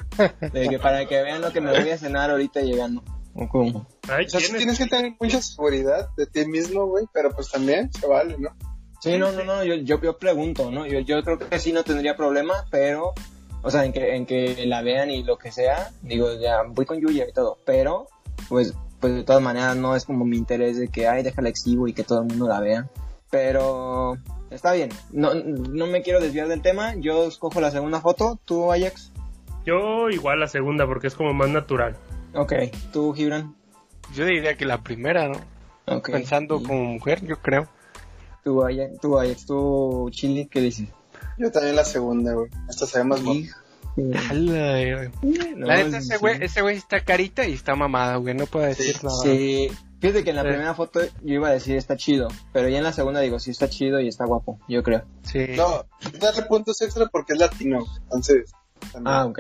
De que para que vean lo que me voy a cenar ahorita llegando. ¿O cómo? Ay, O sea, sí ¿quién es? tienes que tener mucha seguridad de ti mismo, güey, pero pues también se vale, ¿no? Sí, no, no, no, yo, yo, yo pregunto, ¿no? Yo, yo creo que sí no tendría problema, pero, o sea, en que, en que la vean y lo que sea, digo, ya voy con Yuya y todo, pero, pues, pues de todas maneras no es como mi interés de que, ay, déjala exhibo y que todo el mundo la vea, pero está bien, no, no me quiero desviar del tema, yo escojo la segunda foto, tú, Ajax, Yo igual la segunda porque es como más natural. ok, tú, Gibran, Yo diría que la primera, ¿no? ok, Pensando y como mujer, yo creo. tú, Ajax, tú, Ajax, tú, Chili, ¿qué dices? Yo también la segunda, güey. Esta se ve más bonita. Hijo, La, no, neta, ese sí. güey, ese güey está carita y está mamada, güey. No puedo decir nada. Sí, fíjate que en la Sí. primera foto yo iba a decir está chido, pero ya en la segunda digo sí está chido y está guapo, yo creo. Sí. No, darle puntos extra porque es latino, entonces. también. Ah, ok.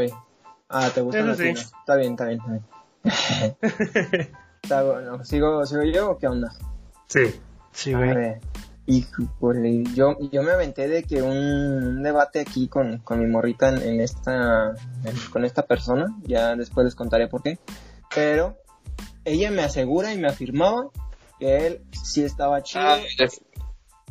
Ah, te gusta Eso la sí. Está bien, está bien, está bien. Está bueno. ¿Sigo, ¿Sigo yo o qué onda? Sí. Sí, A güey. ver. Híjole, yo, yo me aventé de que un, un debate aquí con, con mi morrita en, en esta en- con esta persona, ya después les contaré por qué, pero ella me asegura y me afirmaba que él sí estaba chido. Ah,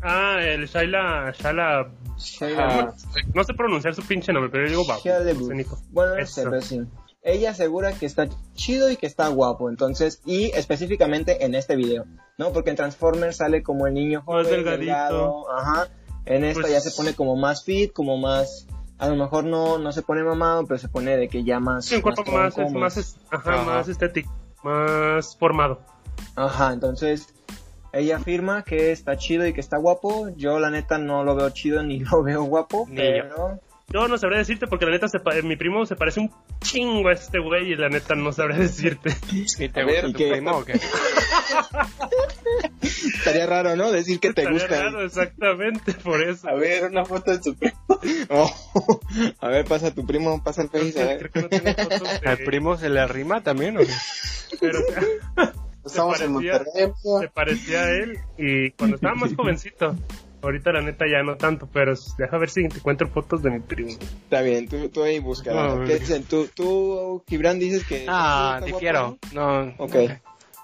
Ah, el Shaila, Shaila, Shia- no sé pronunciar su pinche nombre, pero yo digo Babu. Shia LaBeouf. ese Nico. Bueno, no sé, Eso. pero sí. Ella asegura que está chido y que está guapo, entonces, y específicamente en este video, ¿no? Porque en Transformers sale como el niño joven, Oh, delgadito. delgado, ajá. En esta Pues- ya se pone como más fit, como más, a lo mejor no, no se pone mamado, pero se pone de que ya más. Sí, un cuerpo más, tronco, es, más, es- ajá, Ajá. más estético, más formado. Ajá, entonces ella afirma que está chido y que está guapo. Yo la neta no lo veo chido ni lo veo guapo, Ni yo. pero Yo no sabré decirte porque la neta, se pa- eh, mi primo se parece un chingo a este güey y la neta no sabré decirte. ¿Y te gusta A ver, tu ¿y qué? primo o qué? estaría raro, ¿no? Decir que Estaría raro, exactamente, por eso. A ver, una foto de tu primo. Oh, a ver, pasa tu primo, pasa el Creo Face, a que- ver. creo que no tiene fotos de- ¿Al primo se le arrima también o qué? pero, o sea, Estamos en parecía- Monterrey. amigo. se parecía a él y cuando estaba más jovencito. Ahorita la neta ya no tanto, pero s- deja ver si te encuentro fotos de mi primo. Está bien, tú, tú ahí buscarás. No, ¿Qué dicen? ¿Tú, tú, Gibran, dices que. Ah, está guapo, difiero. No. ¿no? Ok.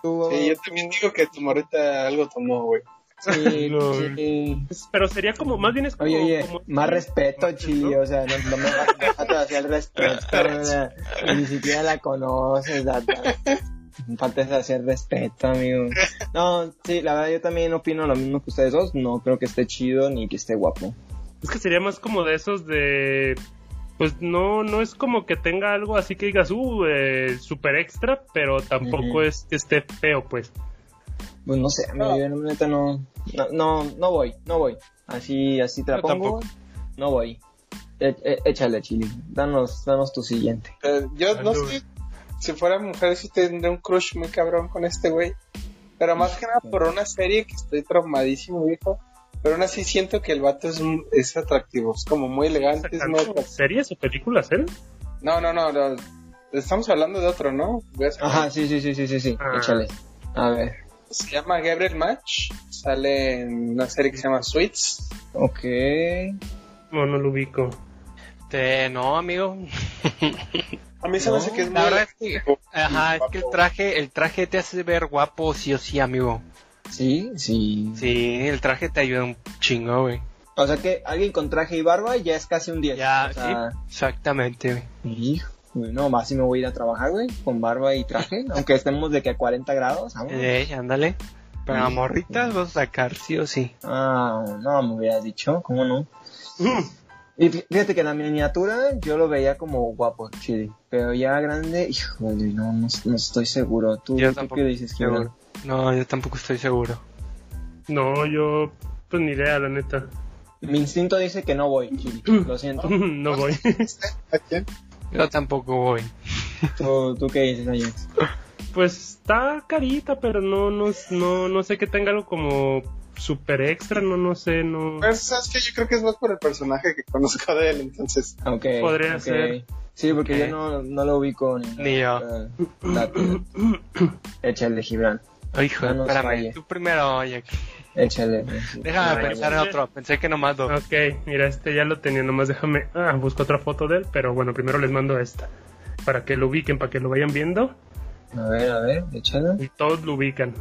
Tú, Sí, yo también digo que tu morrita algo tomó, güey. sí, No. sí. Es- Pero sería como, más bien es como... Oye, oye, como- más respeto, ¿no? Chili, o sea, no, no me falta hacia el respeto, ¿verdad? ni siquiera la conoces, Data. Faltes hacer respeto, amigo. No, sí, la verdad yo también opino lo mismo que ustedes dos, no creo que esté chido ni que esté guapo. Es que sería más como de esos de... Pues no, no es como que tenga algo así que digas, uh, eh, super extra, pero Ujú. tampoco es que esté feo, pues. Pues no sé, amigo, yo la neta no, no, no, no voy, no voy. Así, así te la Yo pongo, no voy. E- e- échale, Chili, danos, danos tu siguiente. Eh, yo no Salud. sé, si fuera mujer sí tendría un crush muy cabrón con este güey. Pero más que nada por una serie que estoy traumadísimo, viejo. Pero aún así siento que el vato es, un- es atractivo, es como muy elegante, es Sacando muy pues. atractivo. ¿Series o películas, ¿eh? él? No, no, no, no, estamos hablando de otro, ¿no? Voy a sacar- Ajá, sí, sí, sí, sí, sí, sí, Ah. échale. A ver, Se llama Gabriel Match, sale en una serie que se llama Sweets. ok. No, no lo ubico. Este, no, amigo. A mí se No, me hace que es muy la verdad es atractivo. Ajá, es que el traje, el traje te hace ver guapo sí o sí, amigo. Sí, sí. Sí, el traje te ayuda un chingo, güey. O sea que alguien con traje y barba ya es casi un 10. Ya, o sea, sí, exactamente, güey. hijo, güey, no, más si me voy a ir a trabajar, güey, con barba y traje, aunque estemos de que a 40 grados. vámonos. Eh, ándale. Pero a morritas vas a sacar sí o sí. Ah, no, me hubieras dicho, ¿cómo no? Mm. Y fí- fíjate que en la miniatura yo lo veía como guapo, chile, pero ya grande, híjole, no, no, no estoy seguro. ¿Tú, Yo tú tampoco qué dices, Gibran? seguro. No, yo tampoco estoy seguro. No, yo... Pues ni idea, la neta. Mi instinto dice que no voy, Mm. Chili, lo siento. no voy. ¿A quién? Yo tampoco voy. ¿Tú, tú qué dices, Ajax? Pues está carita, pero no, no, no, no sé que tenga algo como super extra, no, no sé, no. Pues, ¿sabes qué? Yo creo que es más por el personaje que conozco de él, entonces. Ok, Podría ok. ser. Sí, porque Ok. yo no, no lo ubico ni, Ni yo. Eh, date. Échale, Gibran. Ay, hijo, No nos espérame. falle. Tú primero, oye. Échale. Déjame Ay, pensar en otro. Pensé que nomás dos. Ok, mira, este ya lo tenía, nomás déjame, ah, busco otra foto de él, pero bueno, primero les mando esta, para que lo ubiquen, para que lo vayan viendo, A ver, a ver, échale. y todos lo ubican.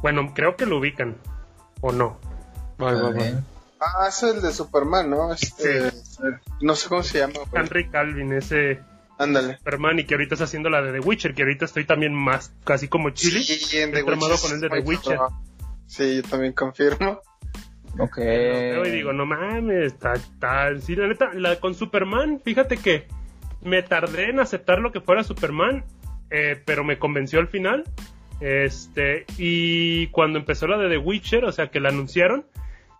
Bueno, creo que lo ubican, o no. Voy, A voy, voy. ver. Ah, eso es el de Superman, ¿no? Este, No sé cómo se llama, güey. Henry Calvin, ese Ándale. Superman, y que ahorita está haciendo la de The Witcher, que ahorita estoy también más, casi como Chili. Sí, en Estoy armado con el de The Muy Witcher. cabrón. Sí, yo también confirmo. Ok. Lo veo y digo, no mames, tal, tal. Sí, la neta, la, con Superman, fíjate que me tardé en aceptar lo que fuera Superman, eh, pero me convenció al final. Este, y cuando empezó la de The Witcher, o sea, que la anunciaron,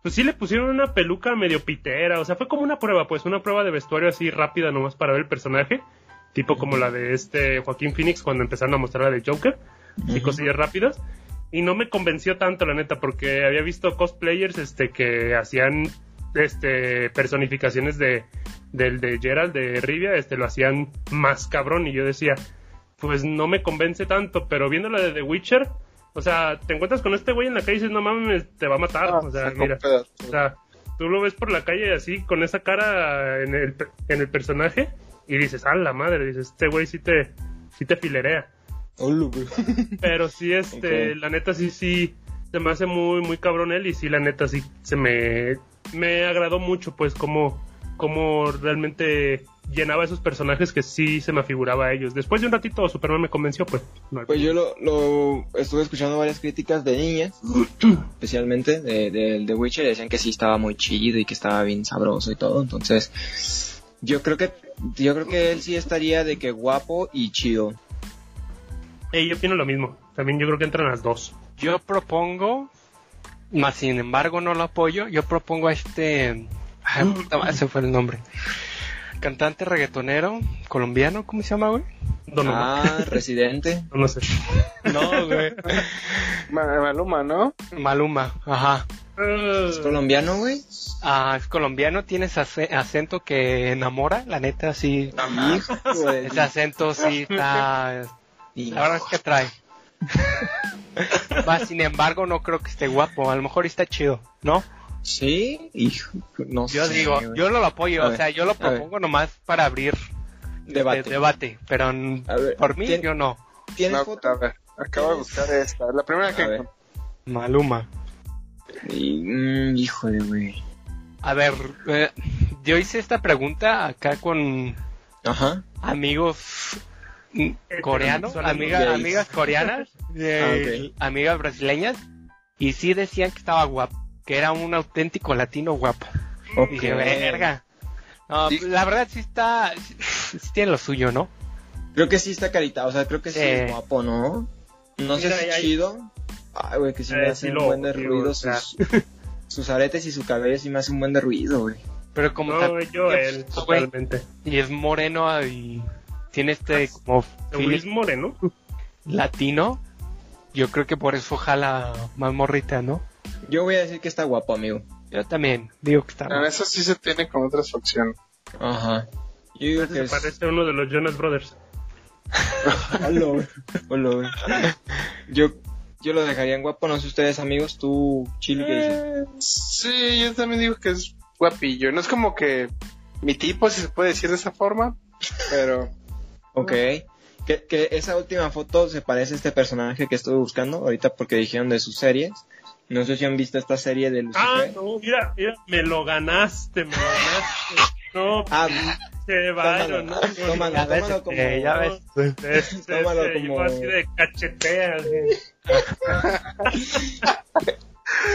pues sí le pusieron una peluca medio pitera, o sea, fue como una prueba, pues una prueba de vestuario así rápida nomás para ver el personaje, tipo como la de este Joaquín Phoenix cuando empezaron a mostrar la de Joker, y cosillas rápidas y no me convenció tanto la neta porque había visto cosplayers este que hacían este personificaciones de del de Gerald de Rivia este lo hacían más cabrón y yo decía pues no me convence tanto pero viendo la de The Witcher o sea te encuentras con este güey en la calle y dices no mames te va a matar Ah, Ah, o sea Sacó mira un pedazo. o sea, tú lo ves por la calle así, con esa cara en el, en el personaje, y dices, a la madre, dices, este güey sí te, sí te filerea. Pero sí, este, Ok. la neta sí, sí, se me hace muy, muy cabrón él y sí, la neta sí, se me, me agradó mucho, pues, cómo, cómo realmente llenaba esos personajes que sí se me afiguraba a ellos. Después de un ratito Superman me convenció, pues. no hay Pues yo lo, lo estuve escuchando varias críticas de niñas, especialmente de, de, de Witcher, y decían que sí estaba muy chido y que estaba bien sabroso y todo. Entonces, yo creo que yo creo que él sí estaría de que guapo y chido. Eh, yo opino lo mismo. También yo creo que entran las dos. Yo propongo, más sin embargo no lo apoyo, yo propongo a este... Ay, puta madre, se fue el nombre. Cantante reggaetonero colombiano, ¿cómo se llama, güey? Don Omar, Ah, residente. No sé. No, güey. Ma- Maluma, ¿no? Maluma, ajá. ¿Es colombiano, güey? Ah, es colombiano, tienes acento que enamora, la neta, sí. Hijo de- Ese acento sí está... y- La verdad es que trae. Más sin embargo, no creo que esté guapo. A lo mejor está chido, ¿no? Sí, hijo, no Yo sé, digo, güey. yo no lo apoyo. A o sea, ver, yo lo a ver. propongo nomás para abrir Debate. de- debate pero mm, A ver, por mí, ¿tien- yo no. ¿Tienes No, foto? a ver, acabo de buscar esta. La primera que A ver. Maluma. Y, mm, híjole, güey. A ver, eh, yo hice esta pregunta acá con Ajá. amigos Eh, mm, coreanos, Heterosexuales amiga- gays. amigas coreanas, Ah, eh, amigas brasileñas, y sí decían que estaba guapo, que era un auténtico latino guapo. Ok. Y Dije, verga. No, pues, Sí. La verdad sí está, sí, sí tiene lo suyo, ¿no? Creo que sí está carita, o sea, creo que sí Sí. Eh. es guapo, ¿no? No sé Mira, si ahí- chido. Ay, güey, que sí me Eh, hace sí un lo buen de odio, ruido o sea. sus, sus aretes y su cabello sí me hace un buen de ruido, güey. Pero como Ah, No, eh. tal- yo él, güey, totalmente. y es moreno y tiene este Ah, como Luis feeling Moreno. latino, yo creo que por eso jala más morrita, ¿no? Yo voy a decir que está guapo, amigo. Yo también digo que está. No, eso sí se tiene con otras facciones. Ajá. Yo digo que Se es... parece a uno de los Jonas Brothers. Hola, güey. Hola, güey. Yo, yo lo dejaría en guapo, no sé ustedes, amigos, tú, Chile, ¿qué dices? Eh, Sí, yo también digo que es guapillo. No es como que mi tipo, si se puede decir de esa forma, pero Ok. Que, que esa última foto se parece a este personaje que estuve buscando ahorita porque dijeron de sus series. No sé si han visto esta serie de Lucifer. Ah, no, mira, mira, me lo ganaste, me lo ganaste. No, Ah, se tómalo, Byron, no, no, tómalo, ya ves, tómalo como- eh, ya ves. no. Este, Tómalo este, como- yo así de cachetea. así.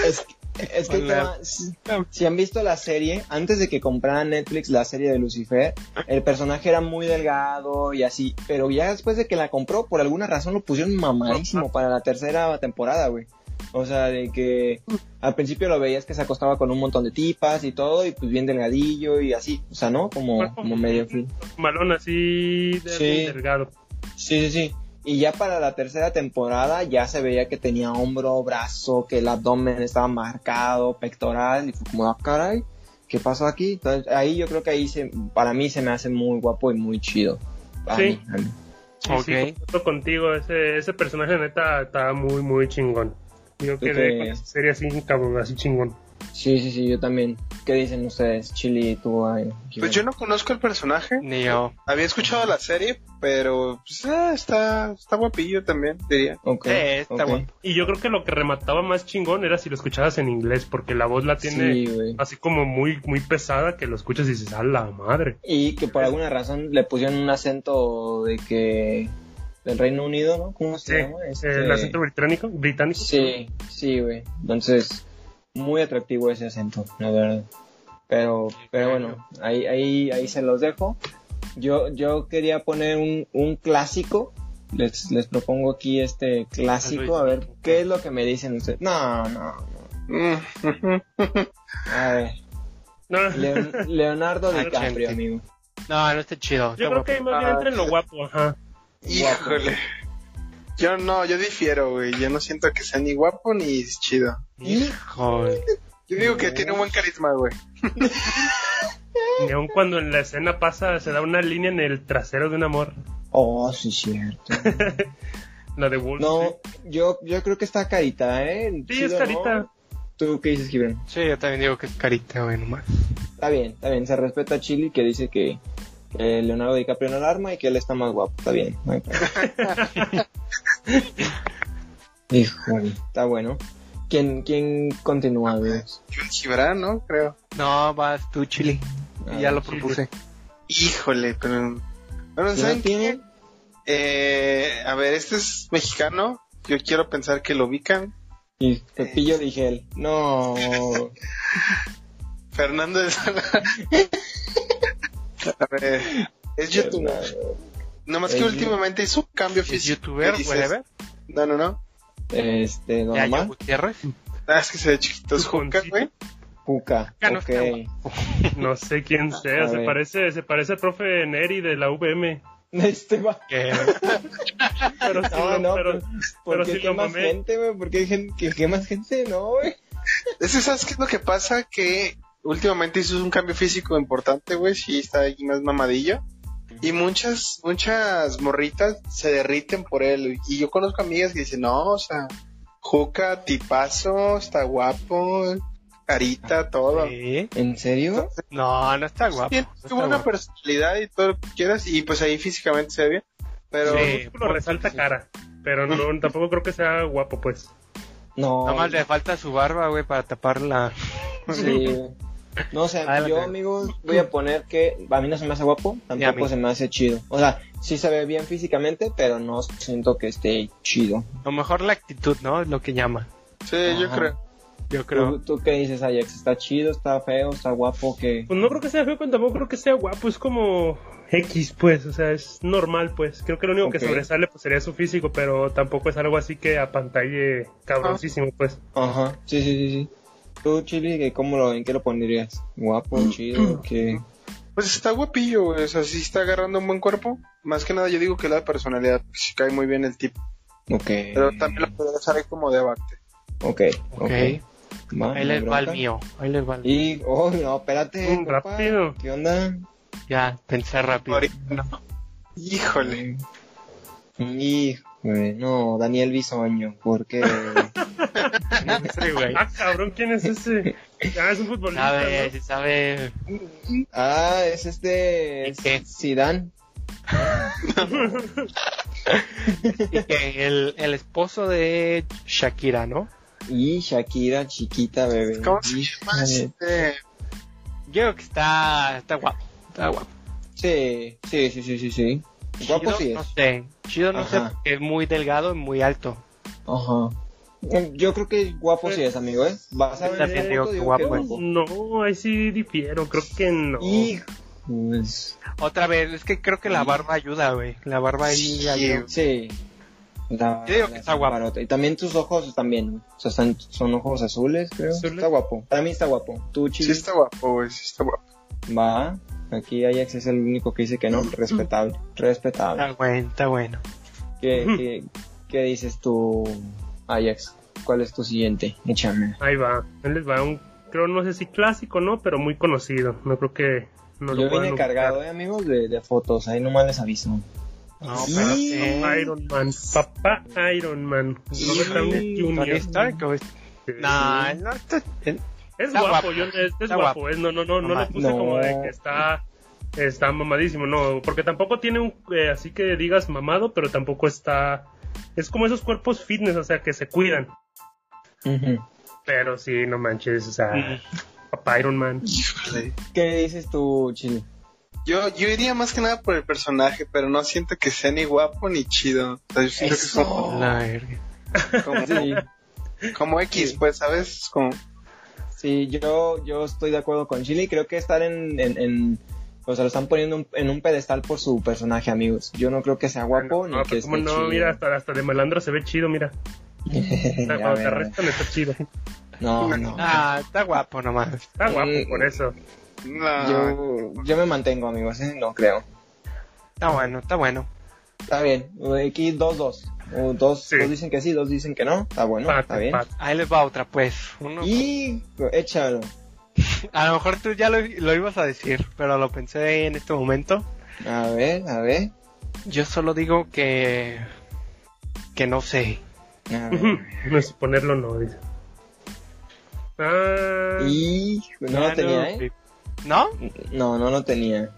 Es, es que el Hola. tema- si, si han visto la serie, antes de que compraran Netflix la serie de Lucifer, el personaje era muy delgado y así, pero ya después de que la compró, por alguna razón lo pusieron mamadísimo para la tercera temporada, güey. O sea, de que al principio lo veías que se acostaba con un montón de tipas y todo, y pues bien delgadillo y así, o sea, ¿no? Como, como medio... fri- Malón así de Sí. delgado. Sí, sí, sí. Y ya para la tercera temporada ya se veía que tenía hombro, brazo, que el abdomen estaba marcado, pectoral, y fue como, ah, caray, ¿qué pasó aquí? Entonces, ahí yo creo que ahí se, para mí se me hace muy guapo y muy chido. A Sí. mí, a mí. Sí, sí, Ok. concuerdo contigo, ese, ese personaje neta está muy, muy chingón. Yo ¿Tú quedé qué? con esa serie así, cabrón, así chingón. sí, sí, sí, yo también. ¿Qué dicen ustedes? Chili, tú, ay, pues yo no conozco el personaje. Ni yo. Había escuchado la serie, pero pues, eh, está, está guapillo también, diría. Ok, Eh, está ok. guapo. Y yo creo que lo que remataba más chingón era si lo escuchabas en inglés, porque la voz la tiene Sí, güey. así como muy, muy pesada que lo escuchas y dices, a la madre. Y que por alguna razón le pusieron un acento de que... del Reino Unido, ¿no? ¿Cómo Sí, se llama? Este- Eh, el acento británico, británico. Sí, sí, güey. Entonces, muy atractivo ese acento, la verdad. Pero, pero bueno, ahí, ahí, ahí se los dejo. Yo, yo quería poner un, un clásico. Les, les propongo aquí este clásico. A ver, ¿qué es lo que me dicen ustedes? No, no. Mm, ujú. A ver, No, Leon- Leonardo DiCaprio, amigo. No, no está chido. está yo creo guapo. que ahí más bien entra en lo guapo, ajá. Híjole. Yo no, yo difiero, güey. Yo no siento que sea ni guapo ni chido. Híjole. Yo digo que tiene buen carisma, güey. Y aun cuando en la escena pasa, se da una línea en el trasero de un amor. Oh, sí, cierto. La de Wolf. No, yo, yo creo que está carita, ¿eh? Sí, es ¿no? carita. ¿Tú qué dices, Gibran? Sí, yo también digo que es carita, güey, nomás. Está bien, está bien. Se respeta a Chili que dice que, que que Leonardo DiCaprio no la arma y que él está más guapo. Está bien. no hay problema. Híjole, está bueno. ¿Quién, quién continúa? amigos? John Gibran, ¿no? Creo. No, vas tú, Chili. Ah, ya lo propuse. Híjole, pero. Bueno, ¿Ya ¿saben la tienen? qué? Eh, a ver, este es mexicano. Yo quiero pensar que lo ubican. Y Pepillo Digel. No. Fernando de Sala. a ver, es youtuber. Nomás que Es últimamente hizo un cambio ¿Es físico. youtuber, Dices, whatever? No, no, no. Este, Don ¿Ya, Omar. Gutiérrez? Ah, es que se ve chiquito. Es Juca, güey. Puca. Ya no ok. está No sé quién sea, A se ver. parece, se parece al profe Neri de la VM. Este va. Que Pero sí, No, lo- no, pero, pero, ¿por pero qué sí qué lo más mamé. gente, güey? ¿Por qué hay gente que qué más gente? No, güey. Es que, ¿sabes qué es lo que pasa? Que últimamente hizo un cambio físico importante, güey. Sí, está ahí más mamadillo. Y muchas, muchas morritas se derriten por él. Y yo conozco amigas que dicen, no, o sea, Juca, tipazo, está guapo, carita, todo. Ah, Sí. ¿En serio? No, no está guapo. Tiene no está buena guapo. personalidad y todo lo que quieras. Y pues ahí físicamente se ve bien. Pero Pero Sí. el músculo resalta cara. Pero no, tampoco creo que sea guapo, pues. No. Nada más le falta su barba, güey, para tapar la... Sí. No, o sea, Adelante. yo, amigos, voy a poner que a mí no se me hace guapo, Ni a mí. tampoco se me hace chido. O sea, sí se ve bien físicamente, pero no siento que esté chido. A lo mejor la actitud, ¿no? Es lo que llama. sí, yo Ajá. creo. Yo creo. ¿Tú, tú qué dices, Ajax? ¿Está chido? ¿Está feo? ¿Está guapo? ¿Qué? Pues no creo que sea feo, pero tampoco creo que sea guapo. Es como X, pues. O sea, es normal, pues. Creo que lo único que Ok. sobresale pues, sería su físico, pero tampoco es algo así que apantalle cabroncísimo, pues. Ajá, sí, sí, sí, sí. ¿Tú, Chili, que cómo lo, en qué lo pondrías? ¿Guapo? Mm. ¿Chido? ¿Qué? Pues está guapillo, güey. O sea, sí está agarrando un buen cuerpo. Más que nada, yo digo que la personalidad, porque se cae muy bien el tipo. Ok. Pero también lo podría usar ahí como debate. Ok, ok. Ok. Va, Ahí no hay les va el bronca. mío. Ahí les va el mío. Y, oh, no, espérate. Mm, compa. rápido. ¿Qué onda? Ya, pensé rápido. Ahorita no. Híjole. Híjole, no, Daniel Bisoño, porque Sí, güey. Ah, cabrón, ¿quién es ese? Ah, es un futbolista. Sabe, ¿no? sí sabe. ah, es este ¿Es qué? Sidán. Y que el, el esposo de Shakira, ¿no? y Shakira chiquita bebé. ¿Cómo se llama Híjole. este? Yo creo que está, está guapo. Está guapo. Sí, sí, sí, sí, sí, sí. Guapo Chido, sí es. No sé. Chido no Ajá. sé porque es muy delgado y muy alto. Ajá. Yo creo que guapo sí es, amigo, ¿eh? Vas a ver. También digo que guapo es. Oh. No, ahí sí difiero. Creo que no. Híjoles. Otra vez, es que creo que la barba ayuda, güey. La barba ahí Sí, ayuda. Sí. La- Yo digo que la está guapo. barota. Y también tus ojos también. O sea, están- son ojos azules, creo. Azules. Está guapo. Para mí está guapo. Tú, Sí Chili. está guapo, güey. Sí está guapo. Va. Aquí Ajax es el único que dice que no. Respetable. Está Ah. Respetable. bueno, está bueno. ¿Qué, qué, qué dices tú, Ajax? ¿Cuál es tu siguiente? Échame. Ahí va. Ahí les va un, creo, no sé si clásico, ¿no? Pero muy conocido. No creo que... No lo Yo puedan vine ubicar. cargado, eh, amigos, de, de fotos. Ahí nomás les aviso. No, Sí. ¿eh? espérate. Iron Man, papá Iron Man, Robert Downey Tony Jr. Stark, este? güey. Sí. No, no está- este- Es Está guapo, guapo. yo, este es Está guapo. guapo. es- no, no, no, No no, le más. puse como de No. que está, está mamadísimo, no, porque tampoco tiene un, eh, así que digas mamado, pero tampoco está, es como esos cuerpos fitness, o sea, que se cuidan, Ujú. pero sí, no manches, o sea, papá Iron Man. Híjole. ¿Qué dices tú, Chili? Yo, yo iría más que nada por el personaje, pero no siento que sea ni guapo ni chido. O sea, yo siento que es como, Oh. La verga. como, Sí. como X, Sí. pues, ¿sabes? Es Como, Sí, yo, yo estoy de acuerdo con Chile y creo que estar en, en, en- o sea, lo están poniendo un- en un pedestal por su personaje, amigos. Yo no creo que sea guapo no, ni pero que ah, pues cómo esté no, chido. mira, hasta, hasta de malandro se ve chido, mira, O sea, A cuando te ver, arrestan está chido, No, no. Ah, está guapo nomás. está guapo Mm. por eso, no, Yo, yo me mantengo, amigos, ¿eh? no creo. Está bueno, está bueno. Está bien, aquí dos, dos. Uh, dos, Sí. dos dicen que sí, dos dicen que no. Está bueno, Pat, está bien. Pat. Ahí les va otra, pues. Uno- Y échalo. A lo mejor tú ya lo, lo ibas a decir, pero lo pensé en este momento. A ver, a ver. Yo solo digo que. que no sé. A Ujú, ver. no sé ponerlo no, dice. Ah, Y no Ya lo tenía, ¿eh? ¿No? No, no lo tenía.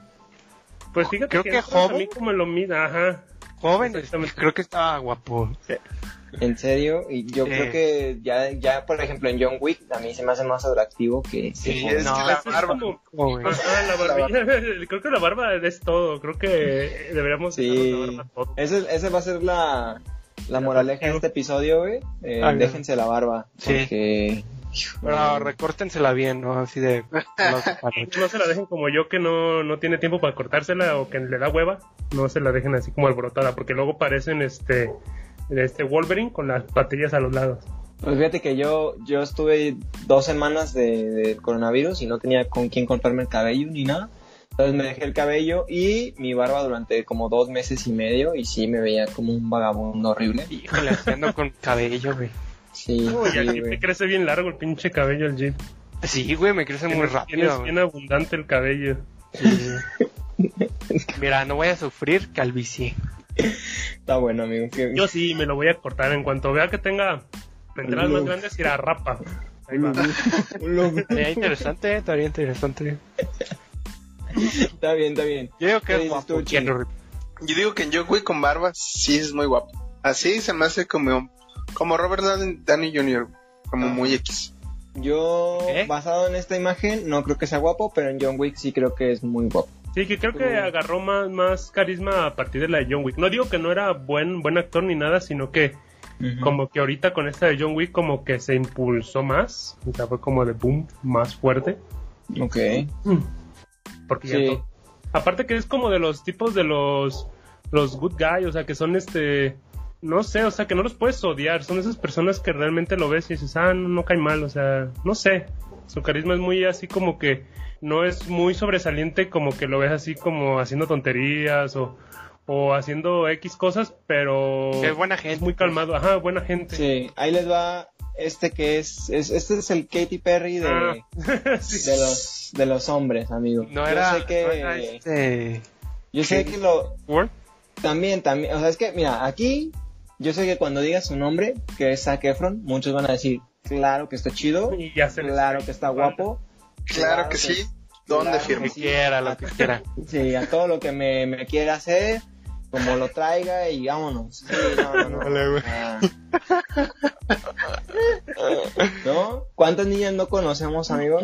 Pues fíjate Creo que no sabes a joven. mí como lo mida, ajá. Joven, Exactamente. creo que estaba guapo. En serio, y yo Sí. creo que ya, ya, por ejemplo, en John Wick a mí se me hace más atractivo que... Sí, que- es no, que Eso la es barba. como- Joven. Ajá, la barbilla. Creo que la barba es todo. Creo que deberíamos Sí. usar la barba todo. Ese, ese va a ser la, la moraleja de este episodio, güey. Eh, Ah, déjense la barba. Sí. Porque... Pero recórtensela bien, ¿no? Así de. No se la dejen como yo que no, no tiene tiempo para cortársela o que le da hueva. No se la dejen así como alborotada porque luego parecen este este Wolverine con las patillas a los lados. Pues fíjate que yo, yo estuve dos semanas de, de coronavirus y no tenía con quién cortarme el cabello ni nada. Entonces me dejé el cabello y mi barba durante como dos meses y medio y sí me veía como un vagabundo horrible. Híjole, haciendo con cabello, güey. Sí, Uy, sí, aquí te güey. crece bien largo el pinche cabello el jeep. Sí, güey, me crece muy Tienes- rápido. Tienes güey. bien abundante el cabello. Sí. Mira, no voy a sufrir calvicie. Está bueno, amigo. Qué- Yo sí me lo voy a cortar en cuanto vea que tenga entradas más Uf. grandes irá rapa. Ahí va. Estaría interesante, estaría interesante. Está bien, está bien. Yo digo ¿Qué que es dices guapo, tú, Keanu Chino? Reeves. Yo digo que en John Wick con barba sí es muy guapo. Así se me hace como, como Robert Dan- Downey Jr., como muy X. Yo, ¿Eh? basado en esta imagen, no creo que sea guapo, pero en John Wick sí creo que es muy guapo. Sí, que creo que agarró más, más carisma a partir de la de John Wick. No digo que no era buen, buen actor ni nada, sino que como que ahorita con esta de John Wick como que se impulsó más. O sea, fue como de boom, más fuerte. Ok. Porque ya Sí. to- Aparte que es como de los tipos de los, los good guys, o sea, que son este... No sé, o sea, que no los puedes odiar. Son esas personas que realmente lo ves y dices, ah, no, no cae mal, o sea, no sé. Su carisma es muy así como que no es muy sobresaliente como que lo ves así como haciendo tonterías o, o haciendo X cosas, pero... Es buena gente. Es muy calmado, ajá, buena gente. Sí, ahí les va este que es, es- este es el Katy Perry de, Ah. de los de los hombres, amigo. No yo era. sé que no era este. yo sé Katy. que lo Ward. también también, o sea, es que mira, aquí yo sé que cuando digas su nombre, que es Zac Efron, muchos van a decir, claro que está chido, Y ya se les- claro que está guapo. Claro que sí. ¿Dónde claro firmo? Lo que Sí. quiera, lo que quiera. Sí, a todo lo que me, me quiera hacer, como lo traiga y vámonos. Sí, no, no, Vale, no. güey. Ah. ¿No? ¿Cuántas niñas no conocemos, amigo?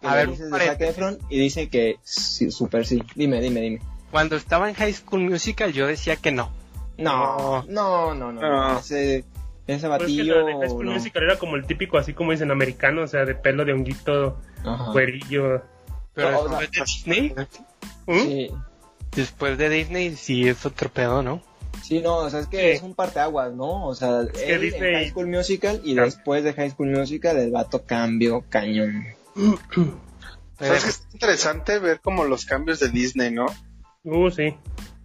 Que A le ver, dices de pare- Zac Efron y dice que sí, súper sí. Dime, dime, dime. Cuando estaba en High School Musical, yo decía que no. No, no, no, no. No. Ese, ese Pues es que batillo. la de High School no. Musical era como el típico, así como dicen, americano, o sea, de pelo de honguito, Ajá. cuerillo. Pero No, o después de Disney, ¿Mm? Sí. después de Disney, sí es otro pedo, ¿no? Sí, no, o sea, es que Sí. es un parteaguas, ¿no? O sea, que él Disney- en High School Musical y Cam- después de High School Musical el vato cambió cañón. Pero- ¿Sabes que es interesante ver como los cambios de Disney, ¿no? Uh, sí.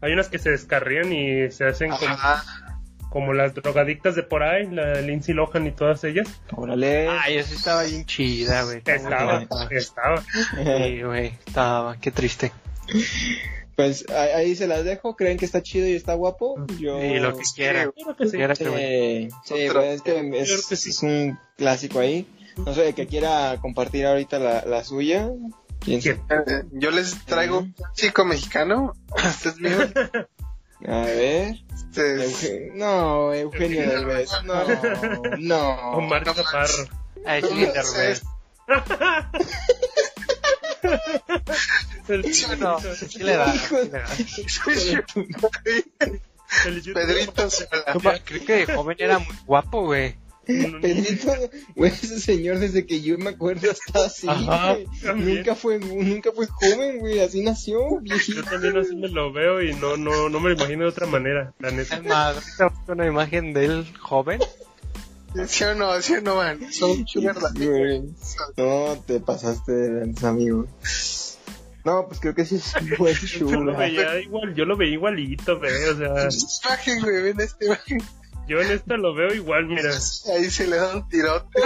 Hay unas que se descarrían y se hacen como, Ajá. como las drogadictas de por ahí, la Lindsay Lohan y todas ellas. Órale. Ay, eso estaba bien chida, güey. Estaba, estaba. Eh, Sí, güey, estaba, qué triste. Pues ahí, ahí se las dejo. ¿Creen que está chido y está guapo? Yo. Y lo que quiera. Creo que sí. Quiera que me- Sí, sí, Otro. pues, es que Creo es, que sí. es un clásico ahí. No sé, el que quiera compartir ahorita la, la suya. ¿Quién ¿Quién? Eh, Yo les traigo un chico mexicano. Este es mío. se- A ver. Este es- Euge- No, Eugenio Derbez. No, no. Omar no Chaparro. Ay, sí, No sé. Derbez. El, No, sí le da, sí le da. el YouTube. Pedrito Sola. Yo Creo que de joven era muy guapo, güey. Un- un- Pedrito, güey, ese señor desde que yo me acuerdo está así. Ajá, güey. también. Nunca fue, nunca fue joven, güey. Así nació, Yo viejito. también así me lo veo y no, no, no me lo imagino de otra manera, la neta. El madre, una imagen de él joven. ¿Sí o no? ¿Sí o no, man? Son mierda. Güey, No, te pasaste de lanza, amigo. No, pues creo que sí es un buen Yo lo chula. veía igual, yo lo veía igualito, güey, o sea, Esta Imagen, güey, ven esta imagen. yo en esta lo veo igual, mira, Ahí se le da un tirote.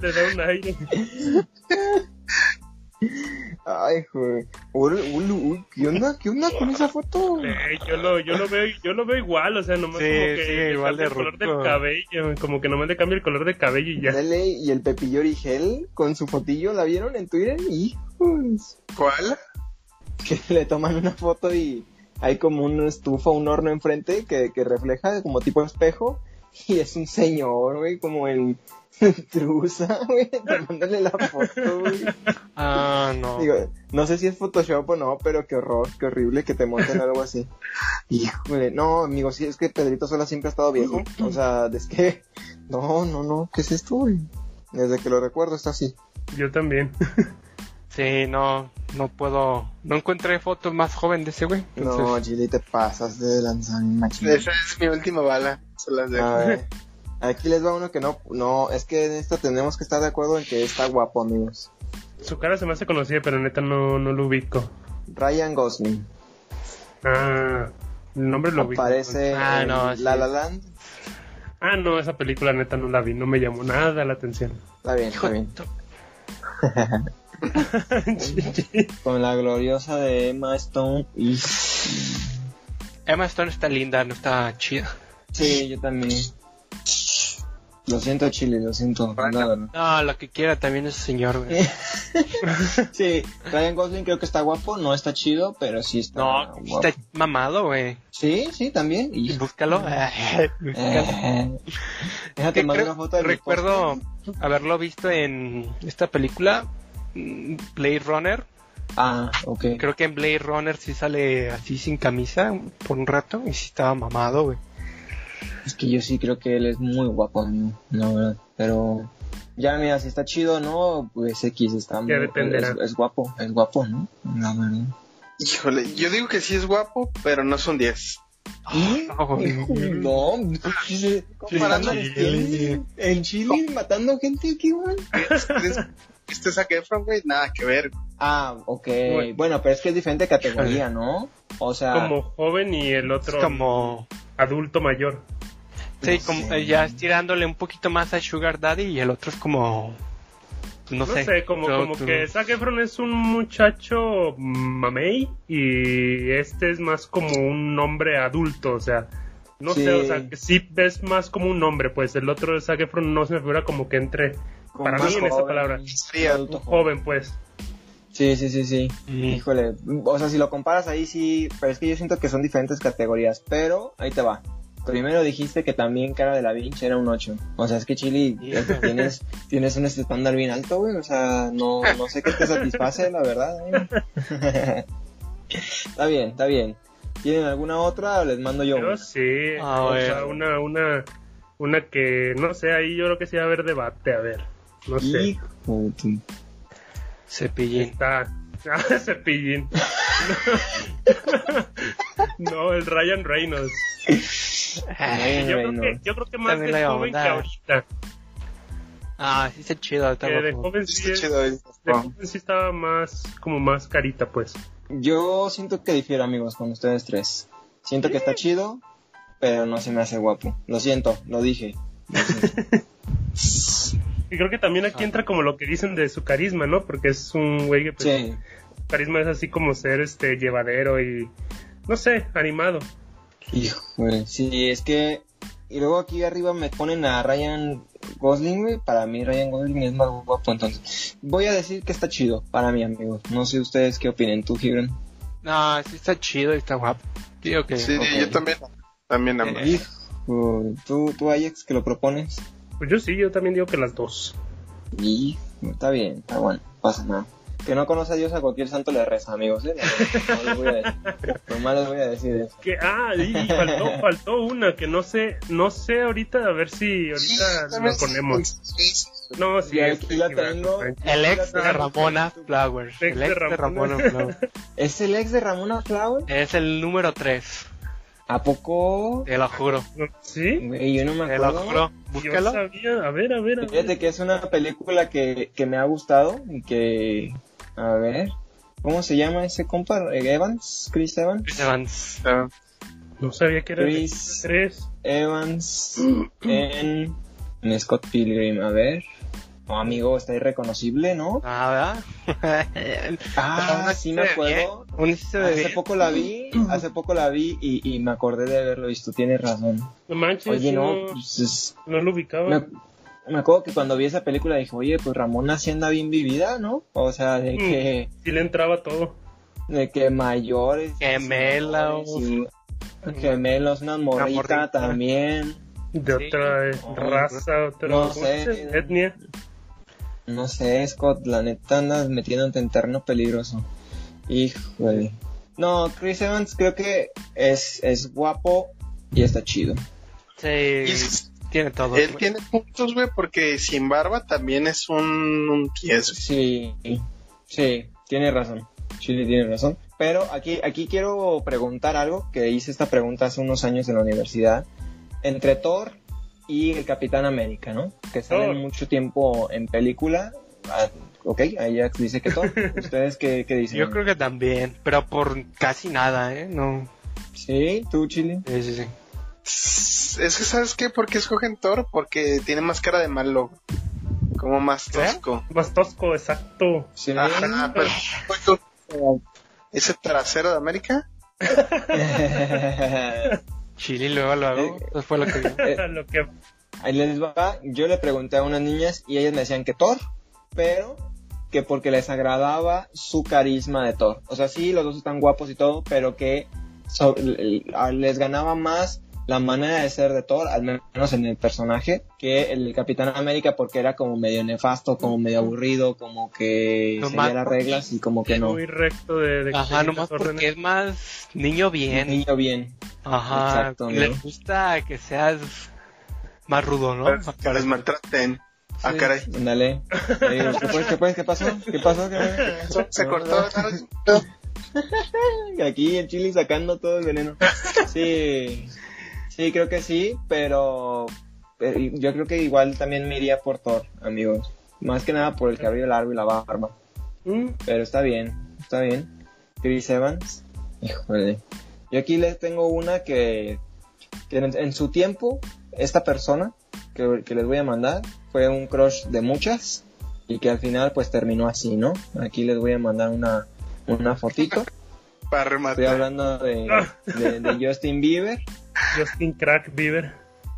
le da un aire. Ay, joder. Ul, ul, ul, ¿Qué onda? ¿Qué onda con esa foto? Güey, Este, yo lo, yo lo veo, yo lo veo igual, o sea, nomás Sí, como que sí, le igual cambia de el color ruco. del cabello, como que nomás le cambia el color del cabello y ya. Dele y el Pepillo Origel con su fotillo, ¿la vieron en Twitter? Hijos. ¿Cuál? que le toman una foto y hay como una estufa, un horno enfrente que, que refleja como tipo espejo y es un señor, güey, como en truza, güey, tomándole la foto, güey. Ah, no. Digo, no sé si es Photoshop o no, pero qué horror, qué horrible que te monten algo así. Híjole, no, amigo, sí, es que Pedrito Sola siempre ha estado viejo. O sea, es que, no, no, no, ¿qué es esto, güey? Desde que lo recuerdo está así. Yo también. Sí, no, no puedo. No encontré fotos más joven de ese güey. No, Gili, te pasas de lanzar un machín. Esa es mi última bala. Se las dejo. A ver, aquí les va uno que no, no, es que en esta tenemos que estar de acuerdo en que está guapo, amigos. Su cara se me hace conocida, pero neta no, no lo ubico. Ryan Gosling Ah, el nombre lo ubico. aparece Ah, en no, sí. La La Land. Ah, no, esa película neta no la vi, no me llamó nada la atención. Está bien, está bien. Con la gloriosa de Emma Stone. Y... Emma Stone está linda, no está chida. Sí, yo también. Lo siento, Chile, lo siento. Nada, no. No, lo que quiera también ese señor, Eh, güey. Sí, Ryan Gosling creo que está guapo, no está chido, pero sí está No, guapo. está Pues, mamado, güey. Sí, sí, también. Y Y... Búscalo. Búscalo. Eh, Que Déjate mandar creo- una foto de mi recuerdo haberlo visto en esta película, mm, Blade Runner. post. Ah, ok. Creo que en Blade Runner sí sale así sin camisa por un rato y sí estaba mamado, güey. Es que yo sí creo que él es muy guapo, amigo. La verdad. Pero ya, mira, si está chido o no, pues X está muy- dependerá. es, es guapo, es guapo, ¿no? La verdad. Híjole, yo digo que sí es guapo, pero no son 10. Oh, no, güey. No, comparando Sí, en Chile, en Chile matando gente aquí, güey. ¿Crees que Este Zac Efron, güey, nada que ver. Ah, ok. Bueno. Bueno, pero es que es diferente categoría, ¿no? O sea, Como joven y el Ah. Es otro como. adulto mayor. Sí, No como sé. eh, ya estirándole un poquito más a Sugar Daddy y el otro es como. pues, No, No sé, sé. como, Yo- como tú- que Zac Efron es un muchacho mamey y este es más como un hombre adulto, o sea, no Sí. sé, o sea, que sí es más como un hombre, pues el otro de Zac Efron no se me figura como que entre como para más mí en esa joven, palabra. Sí, adulto joven. joven, pues. Sí, sí, sí, sí. Mm. Híjole, o sea, si lo comparas ahí sí, pero es que yo siento que son diferentes categorías, pero ahí te va. Primero dijiste que también Cara de la Vinch era un 8. O sea, es que Chili, tienes, tienes un estándar bien alto, güey. O sea, no, no sé qué te satisface, la verdad. eh. está bien, está bien. ¿Tienen alguna otra o les mando yo? Pero una? sí, Ah, o bueno. sea, una, una, una que, no sé, ahí yo creo que sí va a haber debate, a ver, no sé, Hijo de tu- Cepillín. está, ah, cepillín. no, el Ryan Reynolds. Ah, Yo, creo que, Reynolds. yo creo que más También de la joven que onda. ahorita. Ah, sí, está chido. Está Que de guapo. joven sí, Está es- chido. eh. de joven sí estaba más, como más carita, pues. Yo siento que difiero, amigos, con ustedes tres. Siento que está chido, pero no se me hace guapo. Lo siento, lo dije. Lo siento. Y creo que también aquí Ah. entra como lo que dicen de su carisma, ¿no? Porque es un güey que pues, Sí. su carisma es así como ser este llevadero y, no sé, animado. Híjole, sí, es que. Y luego aquí arriba me ponen a Ryan Gosling, güey. Para mí, Ryan Gosling es más guapo, entonces. Voy a decir que está chido, para mí, amigos. No sé ustedes qué opinen, tú, Gibran. No, sí, está chido y está guapo. Digo que. Sí, ok. yo también. También, ambas. Eh, Híjole, tú, tú, Ajax, que lo propones. Pues yo sí, yo también digo que las dos. Y está bien, está bueno, no pasa nada. Que no conoce a Dios a cualquier santo le reza, amigos, ¿eh? No les voy a decir. Nomás les voy a decir eso. Que, ah, y faltó, faltó una que no sé, no sé ahorita, a ver si Sí, ahorita también la ponemos. sí, sí, sí. No, sí, Y aquí la sí, va, tengo. no, El ex de Ramona Flowers. Ex El ex de de Ramona. Ramona Flowers. ¿Es el ex de Ramona Flower? Es el número 3. ¿A poco? Te lo juro. ¿Sí? Güey, yo no me Te lo acuerdo. juro. Yo Búscalo. sabía, a ver, a ver, a ver. Fíjate que es una película que, que me ha gustado y que... A ver... ¿Cómo se llama ese compa? Eh, ¿Evans? ¿Chris Evans? Chris Evans. Ah, No sabía que era de Chris. tres. Evans en... en Scott Pilgrim, a ver... Oh, amigo, está irreconocible, ¿no? Ah, ¿verdad? Ah, sí me acuerdo. Un hizo de Hace bien. poco la vi, hace poco la vi y, y me acordé de haberlo visto, tienes razón. No manches, Oye, no, no, pues es- no lo ubicaba. me, me acuerdo que cuando vi esa película dije, oye, pues Ramona sí anda bien vivida, ¿no? O sea, de Mm. que, Sí le entraba todo. De que mayores. Gemelos. sí, Gemelos, una morrita, morrita. también. De Sí. Oh. otra eh, raza, otra No ¿cómo sé. se dice? etnia. No sé, Scott, la neta andas metiéndote en terreno peligroso. Híjole. No, Chris Evans creo que es, es guapo y está chido. Y Sí, es- tiene todo. él tiene puntos, güey, porque sin barba también es un, un tieso. Sí, sí, tiene razón. Chile tiene razón. Pero aquí, aquí quiero preguntar algo que hice esta pregunta hace unos años en la universidad. Entre Thor y el Capitán América, ¿no? Que salen Thor. mucho tiempo en película. Ah, ok, ahí ya dice que Thor. ¿Ustedes qué, qué dicen? Yo creo que también, pero por casi nada, ¿eh? No. Sí, tú, Chile. Sí, sí, sí. Es que, ¿sabes qué? ¿Por qué escogen Thor? Porque tiene más cara de malo. Como más ¿Qué? tosco. Más tosco, exacto. Sí. Eh. Ajá, pero. eh, ¿Ese trasero de América? Chile luego lo hago. Eso fue lo que vi. Eh. Lo que Ahí les va. Yo le pregunté a unas niñas y ellas me decían que Thor, pero que porque les agradaba su carisma de Thor. O sea, sí, los dos están guapos y todo, pero que so- l- l- a- les ganaba más la manera de ser de Thor, al menos en el personaje, que el Capitán América porque era como medio nefasto, como medio aburrido, como que Lo seguía más- las reglas y como que no. muy recto de, de que Ajá, seguir nomás las órdenes. porque es más niño bien. Niño bien. Ajá. Exacto, Le ¿no? gusta que seas más rudo, ¿no? Para que les maltraten. Ah, Sí. caray. Ándale. Le digo, ¿Qué, pues, qué, pues, ¿Qué pasó? ¿Qué pasó? ¿Qué pasó? Eso Se No, cortó. Y Aquí el chili sacando todo el veneno. Sí, sí, creo que sí, pero eh, yo creo que igual también me iría por Thor, amigos. Más que nada por el cabello largo y la barba. Mm, Pero está bien, está bien. Chris Evans, híjole. Yo aquí les tengo una que, que en, en su tiempo, esta persona que, que les voy a mandar fue un crush de muchas y que al final pues terminó así, ¿no? Aquí les voy a mandar una, una fotito. Para Estoy rematar. hablando de, de- de Justin Bieber, Justin Crack Bieber.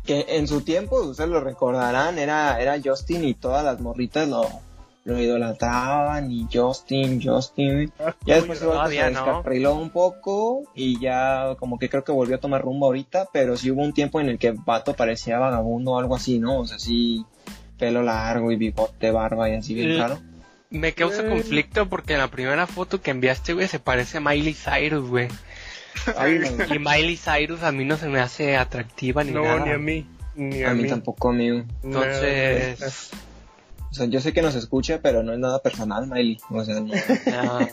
que en su tiempo, ustedes lo recordarán, era, era Justin y todas las morritas lo, lo idolatraban y Justin, Justin. Ah, Ya después igual, pues, Uy, se todavía no. descarriló un poco y ya como que creo que volvió a tomar rumbo ahorita, pero sí hubo un tiempo en el que Vato parecía vagabundo o algo así, ¿no? O sea, sí, pelo largo y bigote, barba y así bien Eh, claro. Me causa Güey. conflicto porque en la primera foto que enviaste, güey, se parece a Miley Cyrus, güey. Ay, no, Y Miley Cyrus a mí no se me hace atractiva ni No, nada. ni a mí. Ni a, a mí tampoco, amigo. Nada. Entonces, O sea, yo sé que nos escucha, pero no es nada personal, Miley. O sea, no. ah,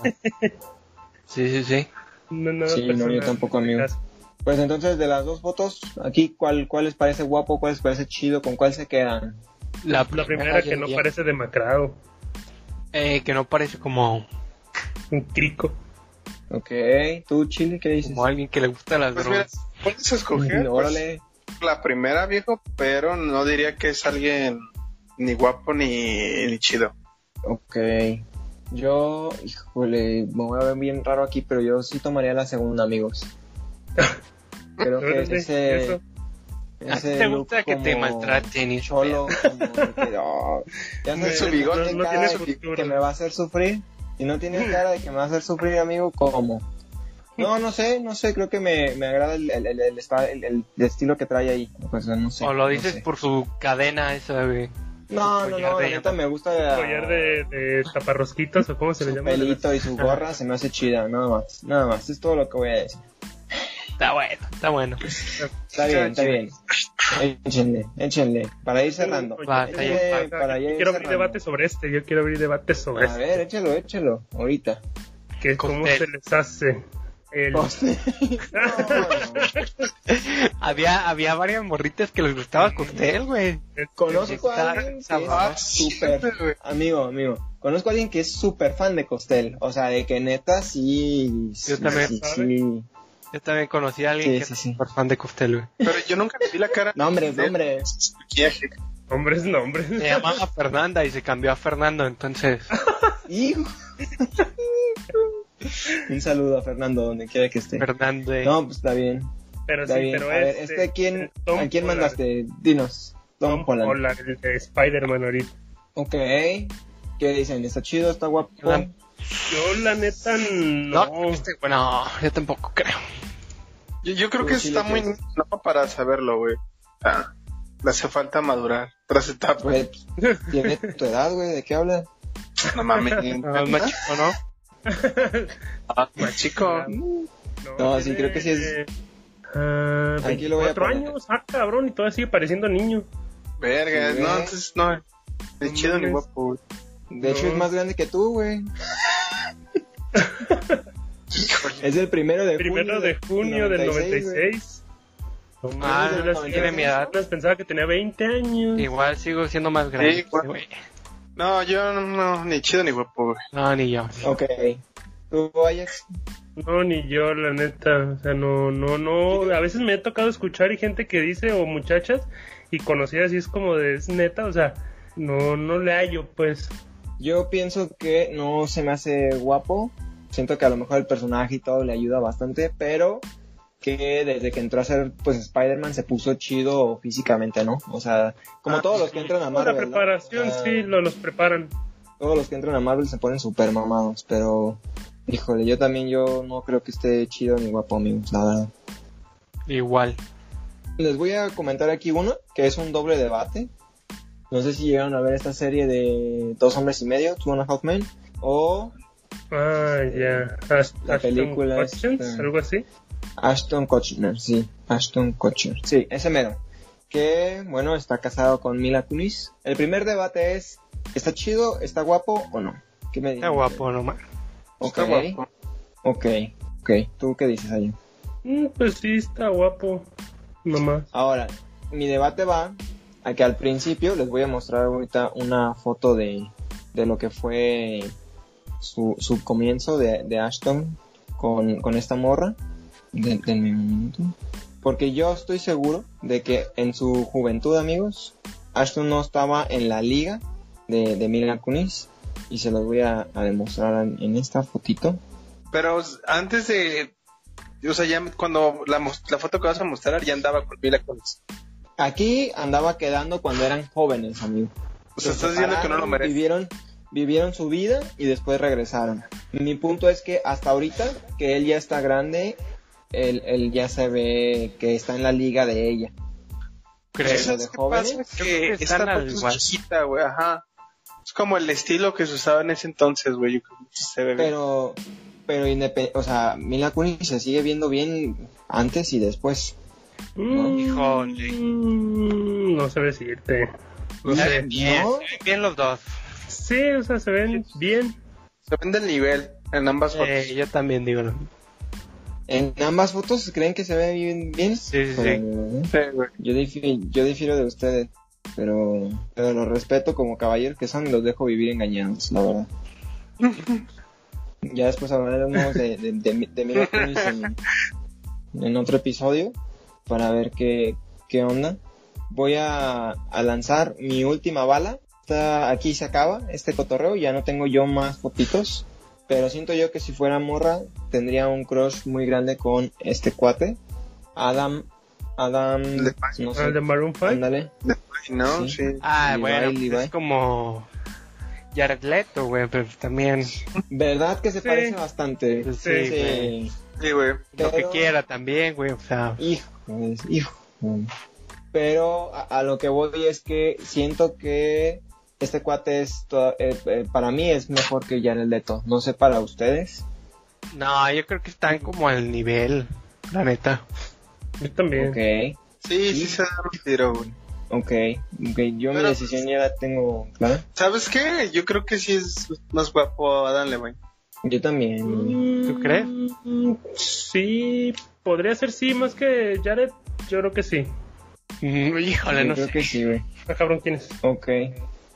sí, sí, sí. No, nada Sí, no, yo personal. tampoco, amigo. Pues entonces, de las dos fotos, aquí, ¿cuál, cuál les parece guapo? ¿Cuál les parece chido? ¿Con cuál se quedan? La primera que yo no diría, parece demacrado. eh, que no parece como, Un crico. Ok, tú, Chile, ¿qué dices? como alguien que le gusta las Pues mira, drogas. puedes escoger No, pues, órale. la primera, viejo, pero no diría que es alguien ni guapo ni, ni chido. Ok. Yo, híjole, me voy a ver bien raro aquí, pero yo sí tomaría la segunda, amigos. Creo que Órale, ese. eso. ¿A ti te gusta que te maltraten y Solo, ya No, sabes, su bigote, tiene no cara tiene de futuro. que me va a hacer sufrir. Y no tiene cara de que me va a hacer sufrir, amigo, ¿cómo? No, no sé, no sé, creo que me, me agrada el, el, el- el esta- el- el estilo que trae ahí. O sea, no sé, o lo no dices sé. por su cadena esa, güey. No, no, collar no, de la neta me gusta Collar de, de taparrosquitas o cómo se su le llama. pelito y su gorra, se me hace chida, nada más, nada más, es todo lo que voy a decir. Está bueno, está bueno. Está bien, está bien. Échenle, échenle, para ir cerrando. Oye, Va, yo Ah, está quiero- bien, ajá, para yo ya ir quiero abrir cerrando. debate sobre este. Yo quiero abrir debate sobre A este. ver, échalo, échalo, ahorita. Que cómo Costel. se les hace. El... No, no. había, había varias morritas que les gustaba costel, güey. Conozco a alguien que Ah, es sí, güey. súper... Amigo, amigo. Conozco a alguien que es súper fan de Costel. O sea, de que neta sí... Yo sí, también, sí, ¿sabes? sí. Yo también conocí a alguien Sí, que sí, es sí. súper fan de costel, güey. Pero yo nunca le vi la cara. No, hombre, de- no, hombre. su maquillaje. Hombres, nombres. Se llamaba Fernanda y se cambió a Fernando, entonces. Hijo. Un saludo a Fernando, donde quiera que esté. Fernández. No, pues está bien. Pero sí, Está bien. pero a ver, este. este, ¿quién, Tom ¿a quién Holland. mandaste? Dinos. Tom, Tom Holland. Holland, el de Spider-Man ahorita. Ok. ¿Qué dicen? ¿Está chido? ¿Está guapo? Holland. Yo la neta no. No, este, bueno, yo tampoco creo. Yo, yo creo Pues que sí, está lo muy tienes. no para saberlo, güey. Ah, le hace falta madurar tras etapas. Güey, Pues, tiene tu edad, güey, ¿de qué hablas? No mames. No, es más chico, ¿no? Ah, más chico. No, sí, creo que sí es- Ah, Aquí lo voy a 24 poner. años, ah, cabrón, y todavía sigue pareciendo niño. Verga, Sí, no, güey. entonces no. Ni No chido ni mames. guapo, güey. De hecho, No. es más grande que tú, güey. Híjole. Es del primero de Primero junio. de junio del 96. No mames, Ah, no, yo las- no, yo tiene las- mi edad. las Pensaba que tenía 20 años. Igual sigo siendo más Sí, grande. igual. güey. No, yo no, no, ni chido ni guapo, güey. No, ni yo. güey. Ok. ¿Tú, Ajax? No, ni yo, la neta. O sea, no, no, no. A veces me he tocado escuchar y gente que dice, o muchachas, y conocidas, y es como de, es neta, o sea, no, no le hallo, pues. Yo pienso que no se me hace guapo. Siento que a lo mejor el personaje y todo le ayuda bastante, pero que desde que entró a ser pues Spider-Man se puso chido físicamente, ¿no? O sea, como Ah, todos los que entran a Con la Marvel. ¿no? preparación, O sea, sí, lo, los preparan. Todos los que entran a Marvel se ponen super mamados, pero híjole, yo también yo no creo que esté chido ni guapo, amigos, la verdad. Igual. Les voy a comentar aquí uno, que es un doble debate. No sé si llegaron a ver esta serie de Dos Hombres y Medio, Two and a Half Men, o Ah, ya. Ast- la Ashton película Kutcher, esta. algo así. Ashton Kutcher, sí, Ashton Kutcher, sí, ese mero. Que, bueno, está casado con Mila Kunis. El primer debate es, ¿está chido, está guapo o no? ¿Qué me Está guapo nomás. Ok, Está guapo. ok, ok. ¿Tú qué dices, Ayo? Mm, pues sí, está guapo. Nomás. Ahora, mi debate va a que al principio les voy a mostrar ahorita una foto de, de lo que fue su, su comienzo de, de Ashton con, con esta morra. De- denme un minuto. Porque yo estoy seguro de que en su juventud, amigos, Ashton no estaba en la liga de, de Mila Kunis. Y se los voy a, a demostrar en, en esta fotito. Pero s- antes de. O sea, ya cuando la, mos- la foto que vas a mostrar ya andaba con Mila Kunis. Aquí andaba quedando cuando eran jóvenes, amigos. O sea, Se estás diciendo que no lo separaron, merece. Vivieron, vivieron su vida y después regresaron. Mi punto es que hasta ahorita, que él ya está grande, él, él ya se ve que está en la liga de ella. Creo. Sí, ¿Sabes de qué jóvenes? pasa? Yo Que creo que esta están al foto es igual. chiquita, güey, ajá. Es como el estilo que se usaba en ese entonces, güey. yo creo que Se ve bien. Pero, pero indepe- o sea, Mila Kunis se sigue viendo bien antes y después. Mm, Híjole. mm, no sé decirte. No Se sé. ven bien. ¿No? Bien los dos. Sí, o sea, se ven bien. Se ven del nivel en ambas fotos. Eh, yo también digo lo mismo. En ambas fotos creen que se ve bien. bien? Sí, sí, sí. Pero, Sí, güey. Yo, difi- yo difiero de ustedes, pero, pero los respeto como caballeros que son y los dejo vivir engañados, la verdad. ya después hablaremos de, de, de, mi- de Mila Kunis en, en otro episodio para ver qué, qué onda. Voy a, a lanzar mi última bala. Esta- aquí se acaba este cotorreo, ya no tengo yo más fotitos. Pero siento yo que si fuera morra tendría un crush muy grande con este cuate. Adam... Adam... de No Al de sé. Maroon 5. Ándale. Ay, ¿No? Sí. Sí. Ah, Levi, bueno, pues Levi. es como Jared Leto, güey, pero también ¿Verdad que se Sí. parece bastante? pues, sí, Sí, güey. Sí. Sí, güey. lo que Pero- quiera también, güey, o sea, Híjoles, hijo. Pero a, a lo que voy es que siento que este cuate es to- eh, eh, para mí es mejor que Jared Leto. No sé para ustedes. no, yo creo que están como al nivel, la neta. Yo también. Ok, Sí, sí se da un tiro, güey. ok, ok. Yo mi Pero- decisión ya la tengo clara. ¿Sabes qué? Yo creo que sí es más guapo Adam Levine. Yo también. ¿Tú crees? Mm, Sí, podría ser sí, más que Jared. Yo creo que sí. Mm, Híjole, Yo no creo sé. que sí, güey. Ah, cabrón, ¿quién es? Ok.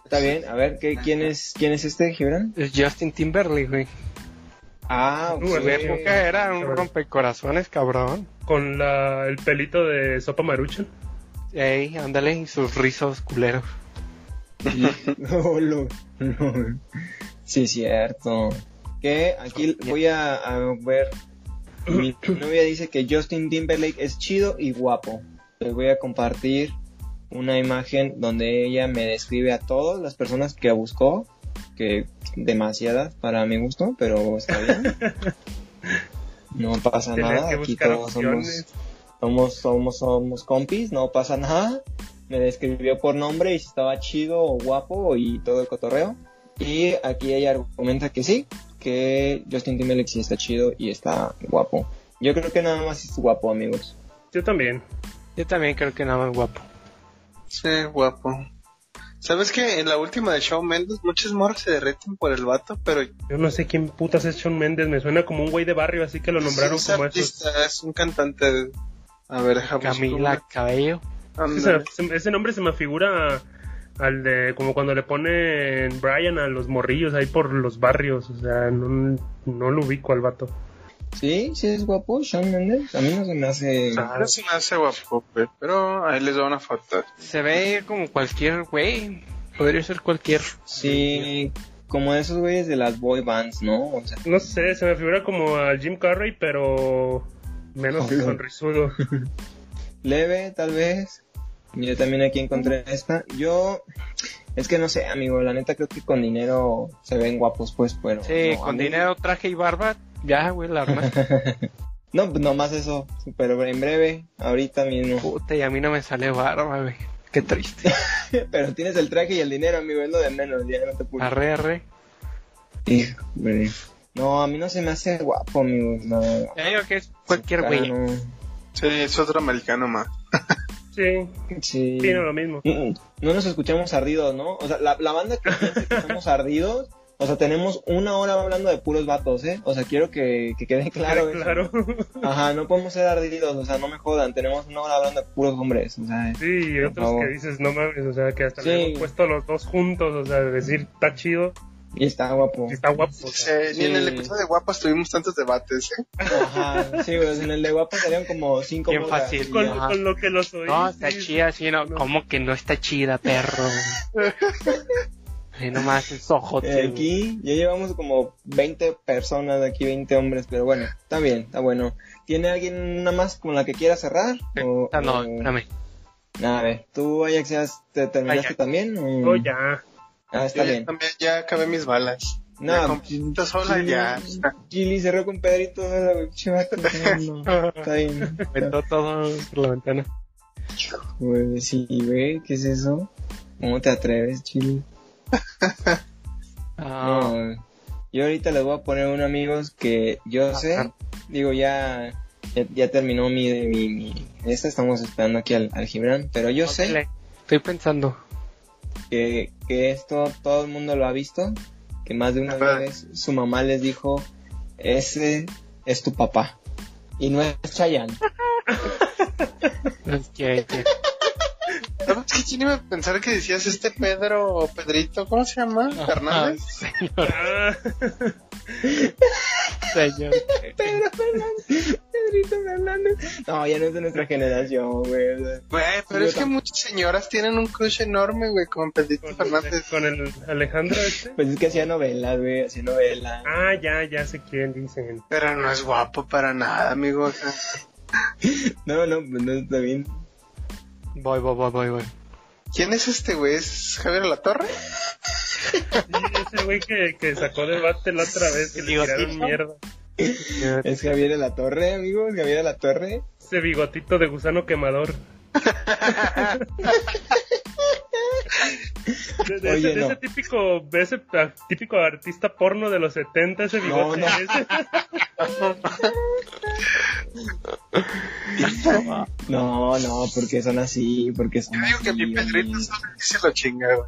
Está bien, a ver, ¿qué, quién, es, ¿quién es este, Gibran? Es Justin Timberlake, güey. Ah, ok. Uh, En la época era un Cabrón. rompecorazones, cabrón. Con la, el pelito de Sopa Maruchan. Ey, ándale, y sus rizos culeros. No, lo, no. Sí, cierto. Que aquí voy a, a ver. Mi novia dice que Justin Timberlake es chido y guapo. Les voy a compartir una imagen donde ella me describe a todas las personas que buscó, que demasiadas para mi gusto, pero está bien. No pasa Tener nada, que aquí buscar todos somos, opciones. somos, somos, somos compis, no pasa nada. Me describió por nombre y si estaba chido o guapo y todo el cotorreo. Y aquí ella argumenta que sí, que Justin Timberlake sí está chido y está guapo. Yo creo que nada más es guapo, amigos. Yo también. Yo también creo que nada más guapo. Sí, guapo. ¿Sabes que en la última de Shawn Mendes muchas morras se derreten por el vato, pero Yo no sé quién putas es Shawn Mendes, me suena como un güey de barrio, así que lo nombraron es como eso. artista, es un cantante. A ver, déjame Camila Cabello. buscar una. Ese, Ándale. se- ese nombre se me figura al de como cuando le ponen Brian a los morrillos ahí por los barrios, o sea, no, no lo ubico al vato. Sí, sí es guapo, Shawn Mendes. A mí no se me hace. Ah, No se me hace guapo, güey, pero ahí les va una foto. Se ve como cualquier güey. Podría ser cualquier. Sí, como esos güeyes de las boy bands, ¿no? O sea, No sé, se me figura como al Jim Carrey, pero menos Ojo. sonrisudo. leve, tal vez. Yo también aquí encontré esta. Yo, es que no sé, amigo, la neta creo que con dinero se ven guapos, pues, pero. Sí, no, a con mí- dinero, traje y barba. Ya, güey, la arma. No, pues, nomás eso, pero en breve, ahorita mismo. Puta, y a mí no me sale barba, güey. Qué triste. pero tienes el traje y el dinero, amigo, es lo de menos, ya no te puedo. Arre, arre. No, a mí no se me hace guapo, amigo. No, Ya digo que es cualquier güey. Sí, es otro americano más. Sí, Sí. opino lo mismo. Mm, No nos escuchamos ardidos, ¿no? O sea, la, la banda que piensa que somos ardidos, o sea, tenemos una hora hablando de puros vatos, ¿eh? O sea, quiero que, que quede claro. eso. Claro. Ajá, no podemos ser ardidos, o sea, no me jodan, tenemos una hora hablando de puros hombres, o sea. Sí, y Por otros favor. que dices, no mames, o sea, que hasta Sí. le hemos puesto los dos juntos, o sea, de decir, está chido, Y está guapo. y está guapo. o sea. Sí, Ni en el Sí. episodio de guapos tuvimos tantos debates, ¿eh? Ajá, sí, pues en el de guapo salieron como cinco Bien bolas. fácil. Y, Con, ajá. con lo que los oí. No, está sí. chida, sí, no. No. ¿Cómo que no está chida, perro? Sí, nomás es ojo, Eh, Aquí ya llevamos como 20 personas, aquí 20 hombres, pero bueno, está bien, está bueno. ¿Tiene alguien una más con la que quiera cerrar? O- Ah, no, o- espérame. A ver, ¿tú, Ajax, ya has- te terminaste Ajax. también? o- Oh, ya. Ah, está Yo ya bien. también ya acabé mis balas. Ya No, con Pedrito sola Gili- ya. Gili cerró con Pedrito. sola, güey, pinche vato, no, no, Está bien. Aventó todo por la ventana. Güey, Pues, sí, güey, ¿qué es eso? ¿Cómo te atreves, Chili? Ah, No, güey. yo ahorita les voy a poner un amigos que yo sé. Ajá. Digo, ya, ya, ya terminó mi, mi, mi- Esta estamos esperando aquí al, al Gibran. Pero yo sé. Ponle. Estoy pensando. que, que esto todo el mundo lo ha visto, que más de una Ajá. vez su mamá les dijo, ese es tu papá. Y no es Chayanne. Es que- que- ¿Sabes qué? Yo ni iba a pensar que decías este Pedro o Pedrito, ¿cómo se llama? Fernández. Ah, Señor. Pedro Fernández, Pedrito Fernández. No, ya no es de nuestra generación, güey. o sea, Güey, pero Yo es que también. muchas señoras tienen un crush enorme, güey, con Pedrito con, el, Fernández. con el Alejandro este. Pues es que hacía novelas, güey, hacía novelas. Ah, ya, ya sé quién dicen. Pero no es guapo para nada, amigo. o sea. No, no, pues no está bien. Voy, voy, voy, voy, voy. ¿Quién es este, güey? ¿Es Javier Latorre? Sí, ese güey que, que sacó debate la otra vez, que le Bigotito. tiraron mierda. Es Javier de la Torre, amigos, Javier de la Torre. Ese bigotito de gusano quemador. De, de Oye, ese, de no. ese típico, de ese ah, típico artista porno de los 70, ese bigote. no. ese- No, no, porque son así, porque son Yo digo que así, mi Pedrito güey. solo se lo chinga, güey.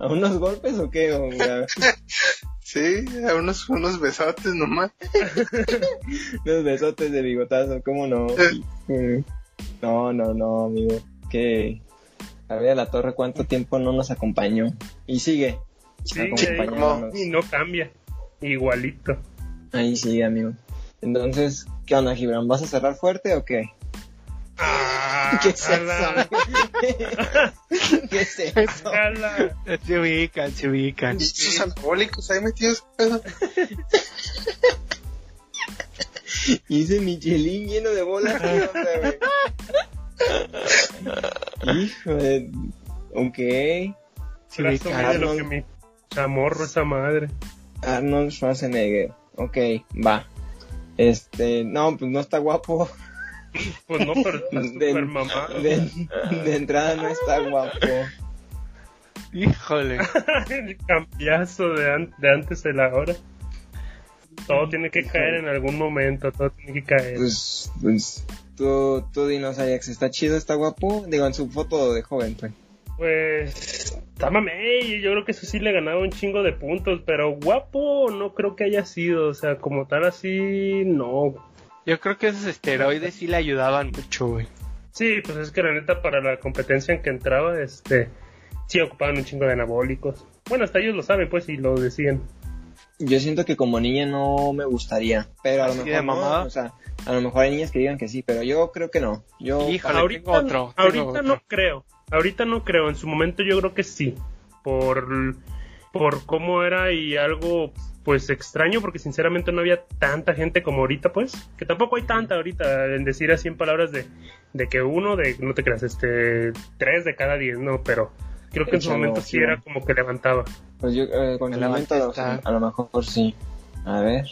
¿A unos golpes o qué? o, güey? Sí, a unos, unos besotes nomás. Los besotes de bigotazo, ¿cómo no? Mm. No, no, no, amigo. Que Javier de la Torre, ¿cuánto tiempo no nos acompañó? Y sigue. Sí, acompañándonos. y no cambia. Igualito. Ahí sigue, amigo. Entonces, ¿qué onda, Gibran? ¿Vas a cerrar fuerte o qué? Ah, ¿Qué es eso? ala, amigo? ¿Qué es eso? ala. Se ubican, se ubican. Y sus anabólicos ahí metidos. pedo. Hice Michelin lleno de bolas. ¿qué onda, güey? Hijo de... Ok. Sí, Brazo ubica, medio de lo Arnold. que mi chamorro esa madre. Arnold Schwarzenegger. Ok, va. Este, no, pues no está guapo. Pues no, pero está De- super mamá. De, de entrada no está guapo. Híjole. El cambiazo de, an- de antes de la hora. Mm, Todo tiene que caer en algún momento, todo tiene que caer. Pues, pues, tú, tú dinos, Alex, ¿está chido, está guapo? Digo, en su foto de joven, pues. Pues, támame, yo creo que eso sí le ganaba un chingo de puntos, pero guapo no creo que haya sido, o sea, como tal así, no. Yo creo que esos esteroides sí le ayudaban mucho, güey. Sí, pues es que la neta para la competencia en que entraba, este, sí ocupaban un chingo de anabólicos. Bueno, hasta ellos lo saben, pues, y lo decían. Yo siento que como niña no me gustaría, pero a lo ¿Así de mejor no, mamada? o sea, a lo mejor hay niñas que digan que sí, pero yo creo que no. Yo Híjole, ahorita, Ah, tengo otro. tengo ahorita otro. no creo. Ahorita no creo. En su momento yo creo que sí. Por, por cómo era y algo pues extraño porque sinceramente no había tanta gente como ahorita pues que tampoco hay tanta ahorita en decir así en palabras de, de que uno de no te creas este tres de cada diez no pero creo que en su Échalo, momento sí Simón. era como que levantaba Pues yo, eh, con Me el la momento, banqué o sea, está. a lo mejor sí. A ver.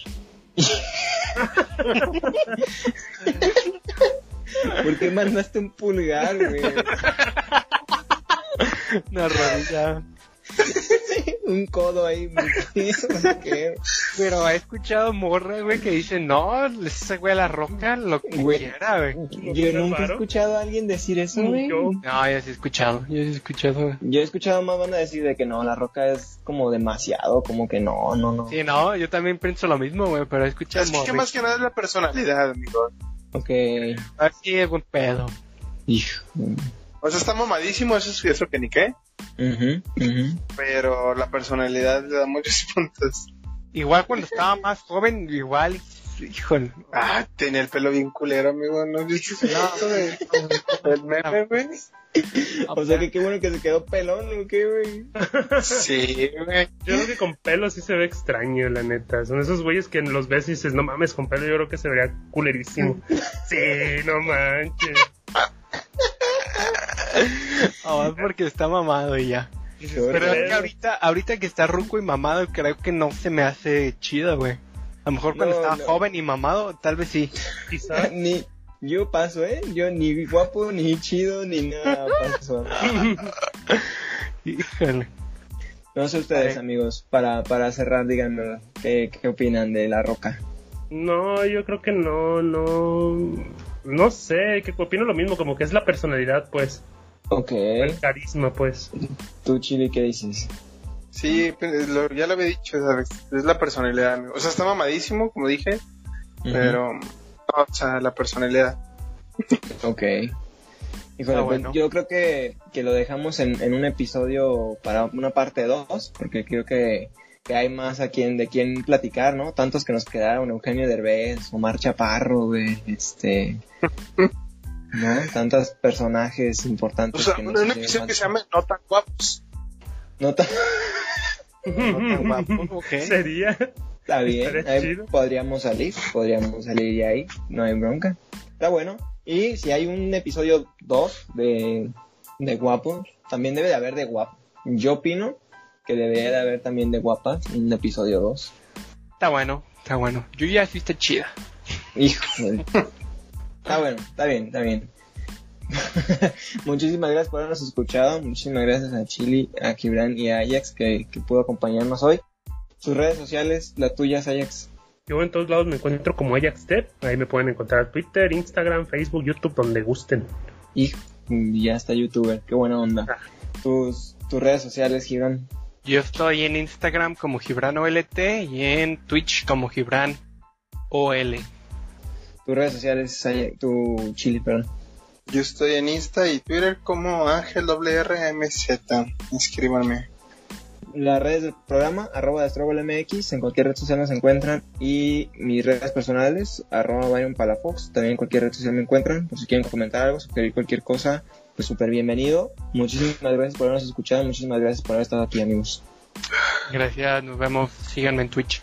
¿Por qué mandaste un pulgar, güey? Una rodilla. un codo ahí. metido, no sé qué. Pero he escuchado morras, güey, que dicen, no, ese güey la roca lo que Güey. quiera, güey. Yo nunca he escuchado a alguien decir eso, Ni güey. yo. No, yo sí he escuchado, yo sí he escuchado, güey. Yo he escuchado más van a decir de que no, la roca es como demasiado, como que no, no, no. Sí, no, yo también pienso lo mismo, güey, pero he escuchado Es que, que morras. más que nada es la personalidad, amigo. Ok. Así es buen pedo. Hijo. O sea, está mamadísimo, eso es eso que ni qué. Ujú, ujú. Pero la personalidad le da muchos puntos. Igual cuando estaba más joven, igual, híjole. Ah, tenía el pelo bien culero, amigo. ¿No viste ese foto de, del meme, güey? O sea que qué bueno que se quedó pelón, ¿o qué, güey? Sí, güey. Yo creo que con pelo sí se ve extraño, la neta. Son esos güeyes que los ves y dices, no mames, con pelo yo creo que se vería culerísimo. sí, no manches. Ah, es porque está mamado y ya. Pero es que ahorita, ahorita que está ruco y mamado, creo que no se me hace chido, güey. A lo mejor cuando No, estaba no. joven y mamado, tal vez sí. Quizá. Ah, ni yo paso, ¿eh? Yo ni guapo, ni chido, ni nada paso. Híjole. No sé ustedes, Vale. amigos, para, para cerrar, díganme, ¿qué, qué opinan de La Roca? No, yo creo que no, no. No sé, que opino lo mismo, como que es la personalidad, pues. Ok, El carisma, pues. tú, Chile, ¿qué dices? Sí, pues, lo- ya lo había dicho, ¿sabes? Es la personalidad, amigo. O sea, está mamadísimo, como dije, pero... no, o sea, la personalidad. Ujú, Ok. Híjole, Ah, pues, bueno. yo creo que, que lo dejamos en, en un episodio para una parte 2, porque creo que, que hay más a quien, de quien platicar, ¿no? Tantos que nos quedaron, Eugenio Derbez, Omar Chaparro, güey, este... ¿No? Tantos personajes O importantes sea, que un nos un hicieron episodio Pues que se falta. llama No tan guapos. No tan- No tan guapo, ok. Sería. Está bien, Estaría ahí chido. podríamos salir, podríamos salir de ahí, no hay bronca. Está bueno. Y si hay un episodio 2 de, de guapos, también debe de haber de guapos. Yo opino que debería de haber también de guapas un episodio 2. Está bueno, está bueno. Yo ya sí está chida. Híjole. está bueno, está bien, está bien. muchísimas gracias por habernos escuchado. Muchísimas gracias a Chili, a Gibran y a Ajax que, que pudo acompañarnos hoy. Sus redes sociales, las tuyas, Ajax. Yo en todos lados me encuentro como AjaxTep. Ahí me pueden encontrar Twitter, Instagram, Facebook, YouTube, donde gusten. Hijo, ya está youtuber, qué buena onda. Ah. Tus, tus redes sociales, Gibran. Yo estoy en Instagram como GibranOLT y en Twitch como GibranOL. Tus redes sociales, Saya- tu chili, perdón. Yo estoy en Insta y Twitter como Ángel WRMZ. Inscríbanme. Las redes del programa, arroba MX, en cualquier red social nos encuentran. Y mis redes personales, arroba Byron Palafox, también en cualquier red social me encuentran. Por si quieren comentar algo, sugerir cualquier cosa, pues súper bienvenido. Muchísimas gracias por habernos escuchado, muchísimas gracias por haber estado aquí, amigos. Gracias, nos vemos. Síganme en Twitch.